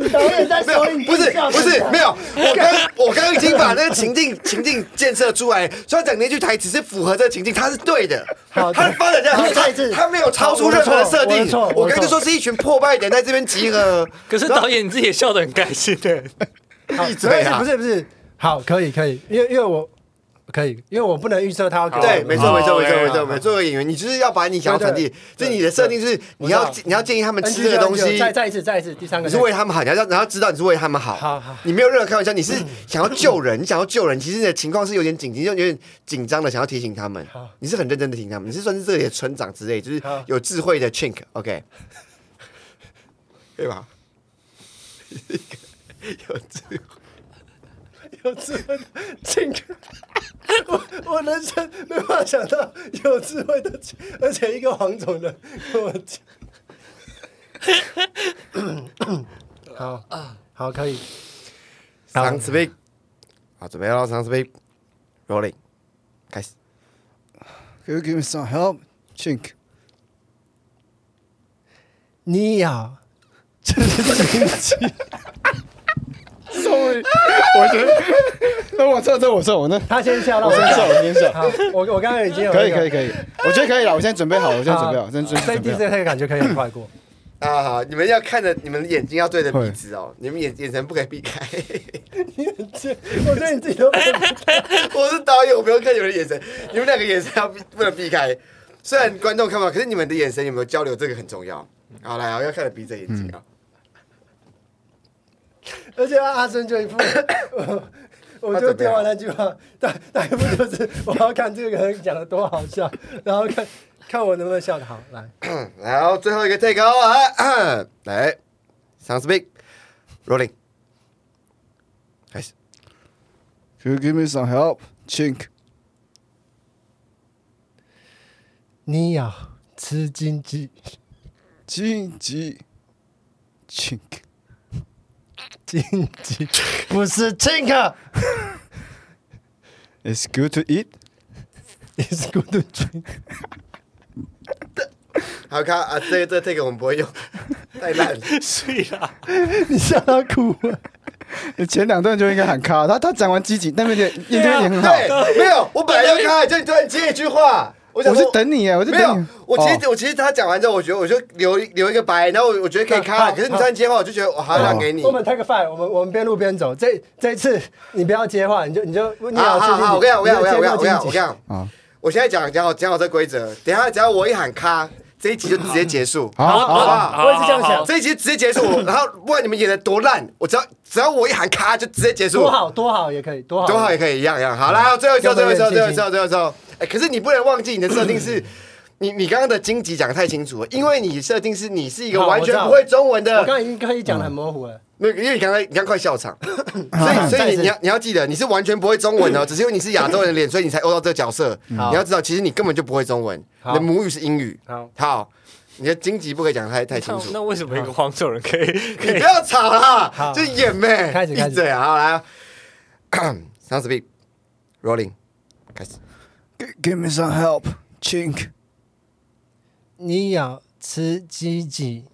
[SPEAKER 4] 哎、
[SPEAKER 1] 导演在
[SPEAKER 4] 没有
[SPEAKER 1] 手影，
[SPEAKER 4] 不是不是没有，我刚我刚刚已经把那个情境 情境建设出来，所以他讲那句台词是符合这个情境，他是对的，
[SPEAKER 1] 好
[SPEAKER 4] 他的发展这
[SPEAKER 1] 好
[SPEAKER 4] 样，
[SPEAKER 1] 再一次
[SPEAKER 4] 他他没有超出任何的设定
[SPEAKER 1] 我的错我的。错
[SPEAKER 4] 我刚刚就说是一群破败的人在这边集合，
[SPEAKER 2] 可是导演你自己也笑得很开心的，
[SPEAKER 1] 好
[SPEAKER 4] 闭嘴啊
[SPEAKER 1] 不是不是不是，好，可以可以，因为因为我可以，因为我不能预测他要给我
[SPEAKER 4] 对，
[SPEAKER 1] 什
[SPEAKER 4] 没
[SPEAKER 1] 么。
[SPEAKER 4] 错
[SPEAKER 2] 好
[SPEAKER 4] 没错没错
[SPEAKER 2] OK，
[SPEAKER 4] 没错
[SPEAKER 2] 好
[SPEAKER 4] 没错。作为演员，你就是要把你想要传递
[SPEAKER 1] 对，
[SPEAKER 4] 这你的设定是你
[SPEAKER 1] 我
[SPEAKER 4] 要
[SPEAKER 1] 知道
[SPEAKER 4] 你要建议他们
[SPEAKER 1] NG
[SPEAKER 4] 吃这个东
[SPEAKER 1] 就
[SPEAKER 4] 西，
[SPEAKER 1] 再再一次再一次，第三个
[SPEAKER 4] 你是
[SPEAKER 1] take
[SPEAKER 4] 为他们好，你要然后知道你是为他们好。
[SPEAKER 1] 好嗯好
[SPEAKER 4] 你没有任何开玩笑，你是想要救人，你想要救人，其实你的情况是有点紧急，就有点紧张的，想要提醒他们
[SPEAKER 1] 好。
[SPEAKER 4] 你是很认真的提醒他们，你是算是这里的村长之类，就是
[SPEAKER 1] 好
[SPEAKER 4] 有智慧的 chink。OK，可以吧？一个有智慧。
[SPEAKER 1] 有智慧的 chink，我我人生没办法想到有智慧的 chink，而且一个黄种人跟我讲。 好，好，可以。好
[SPEAKER 4] Sound speak，好，准备了，Sound speak，rolling，开始。
[SPEAKER 3] Can you give me some help, chink？
[SPEAKER 1] 你要吃荆棘，
[SPEAKER 3] Sorry，我觉得， 那我错，这我错，我那
[SPEAKER 1] 他先笑到
[SPEAKER 3] 我
[SPEAKER 1] 我
[SPEAKER 3] 先笑，
[SPEAKER 1] 笑。
[SPEAKER 3] 我先笑，
[SPEAKER 1] 好，我我刚刚已经有
[SPEAKER 3] 可以
[SPEAKER 1] 那个
[SPEAKER 3] 可以可以，我觉得可以了，我现在准备好了，我现在准备好，
[SPEAKER 1] 好
[SPEAKER 3] 真 真
[SPEAKER 1] 所以
[SPEAKER 3] 准
[SPEAKER 1] 第
[SPEAKER 3] 备
[SPEAKER 1] 四
[SPEAKER 3] 好。
[SPEAKER 1] 个那个感觉可以很快过。
[SPEAKER 4] 啊，好，你们要看着，你们的眼睛要对着
[SPEAKER 3] 会
[SPEAKER 4] 鼻子哦，你们眼眼神不可以避开。
[SPEAKER 1] 你很贱， 我觉得你自己都看不到
[SPEAKER 4] 我是导演，我不用看你们的眼神，你们两个眼神要避不能避开。虽然观众看不到，可是你们的眼神有没有交流，这个很重要。好，来，我要看着鼻子眼睛啊。
[SPEAKER 1] 而且阿生就一副，我我就听完那句话，大大概不就是我要看这个人讲的多好笑，然后看看我能不能笑得好来。
[SPEAKER 3] 嗯
[SPEAKER 4] 然后最后一个 take 哦，啊 来，sound speak，rolling，开始。
[SPEAKER 3] Can you give me some help, chink？
[SPEAKER 1] 你要吃荆棘，
[SPEAKER 3] 荆棘，chink。
[SPEAKER 1] 荆棘不是 chink，
[SPEAKER 3] It's good to eat。
[SPEAKER 1] 你是 good to drink。
[SPEAKER 4] 好，看啊，这个 这个 take 我们不会用，太烂了。
[SPEAKER 2] 睡啦，
[SPEAKER 1] 你笑到哭了。
[SPEAKER 3] 你前两段就应该喊卡，他他讲完机警，那边的演
[SPEAKER 2] 对啊
[SPEAKER 3] 员也很好。
[SPEAKER 4] 对，没有，我本来要看，就你突然接一句话，我想
[SPEAKER 3] 我
[SPEAKER 4] 说
[SPEAKER 3] 是等你耶，我是
[SPEAKER 4] 没有
[SPEAKER 3] 等你。，
[SPEAKER 4] 我其
[SPEAKER 3] 哦
[SPEAKER 4] 实我其实他讲完之后，我觉得我就留一留一个白，然后我我觉得可以
[SPEAKER 1] 好
[SPEAKER 4] 卡，
[SPEAKER 1] 好
[SPEAKER 4] 可是你突然接话，我就觉得我好想给你
[SPEAKER 1] 我。们 take a five，我们我们边录边走。这这一次你不要接话，你就你就你
[SPEAKER 4] 好好好，我跟你讲，我跟你讲，我跟你讲，我跟你讲，我跟
[SPEAKER 1] 讲，
[SPEAKER 4] 你讲，
[SPEAKER 3] 啊，
[SPEAKER 4] 我现在讲讲好讲好这规则，等一下只要我一喊卡，这一集就直接结束。
[SPEAKER 3] 好好
[SPEAKER 4] 好不
[SPEAKER 3] 好，
[SPEAKER 4] 好？
[SPEAKER 2] 好
[SPEAKER 1] 我也是这样想，
[SPEAKER 4] 这一集直接结束，然后不管你们演的多烂，我只要只要我一喊咔就直接结束，
[SPEAKER 1] 多好多好也可以，多好
[SPEAKER 4] 多好也可以一样一样。好啦，最后一周，最后一周，最后一周，最后一周。哎，可是你不能忘记你的设定是，你你刚刚的荆棘讲得太清楚了，因为你设定是你是一个
[SPEAKER 1] 好
[SPEAKER 4] 完
[SPEAKER 1] 我知
[SPEAKER 4] 全
[SPEAKER 1] 道
[SPEAKER 4] 不会中文
[SPEAKER 1] 我刚
[SPEAKER 4] 的，
[SPEAKER 1] 刚已经可以讲的很模糊了，
[SPEAKER 4] 那个因为你刚才你刚快笑 场，所以所
[SPEAKER 1] 再
[SPEAKER 4] 以
[SPEAKER 1] 一次
[SPEAKER 4] 你你要你要记得你是完全不会中文 哦，只是因为你是亚洲人的脸，所以你才欧到这个角色。你
[SPEAKER 1] 好
[SPEAKER 4] 要知道，其实你根本就不会中文，
[SPEAKER 1] 好
[SPEAKER 4] 你的母语是英语。
[SPEAKER 1] 好，
[SPEAKER 4] 好，你的荆棘不可以讲得太太清
[SPEAKER 2] 那
[SPEAKER 4] 楚。
[SPEAKER 2] 那为什么一个黄种人可以啊可
[SPEAKER 4] 你不
[SPEAKER 2] 以
[SPEAKER 4] 要吵啦
[SPEAKER 1] 好，
[SPEAKER 4] 就演呗，
[SPEAKER 1] 开始
[SPEAKER 4] 闭嘴啊！好 来，Sound speed rolling，开始。
[SPEAKER 3] Give me some help, chink。
[SPEAKER 1] 你要吃鸡鸡，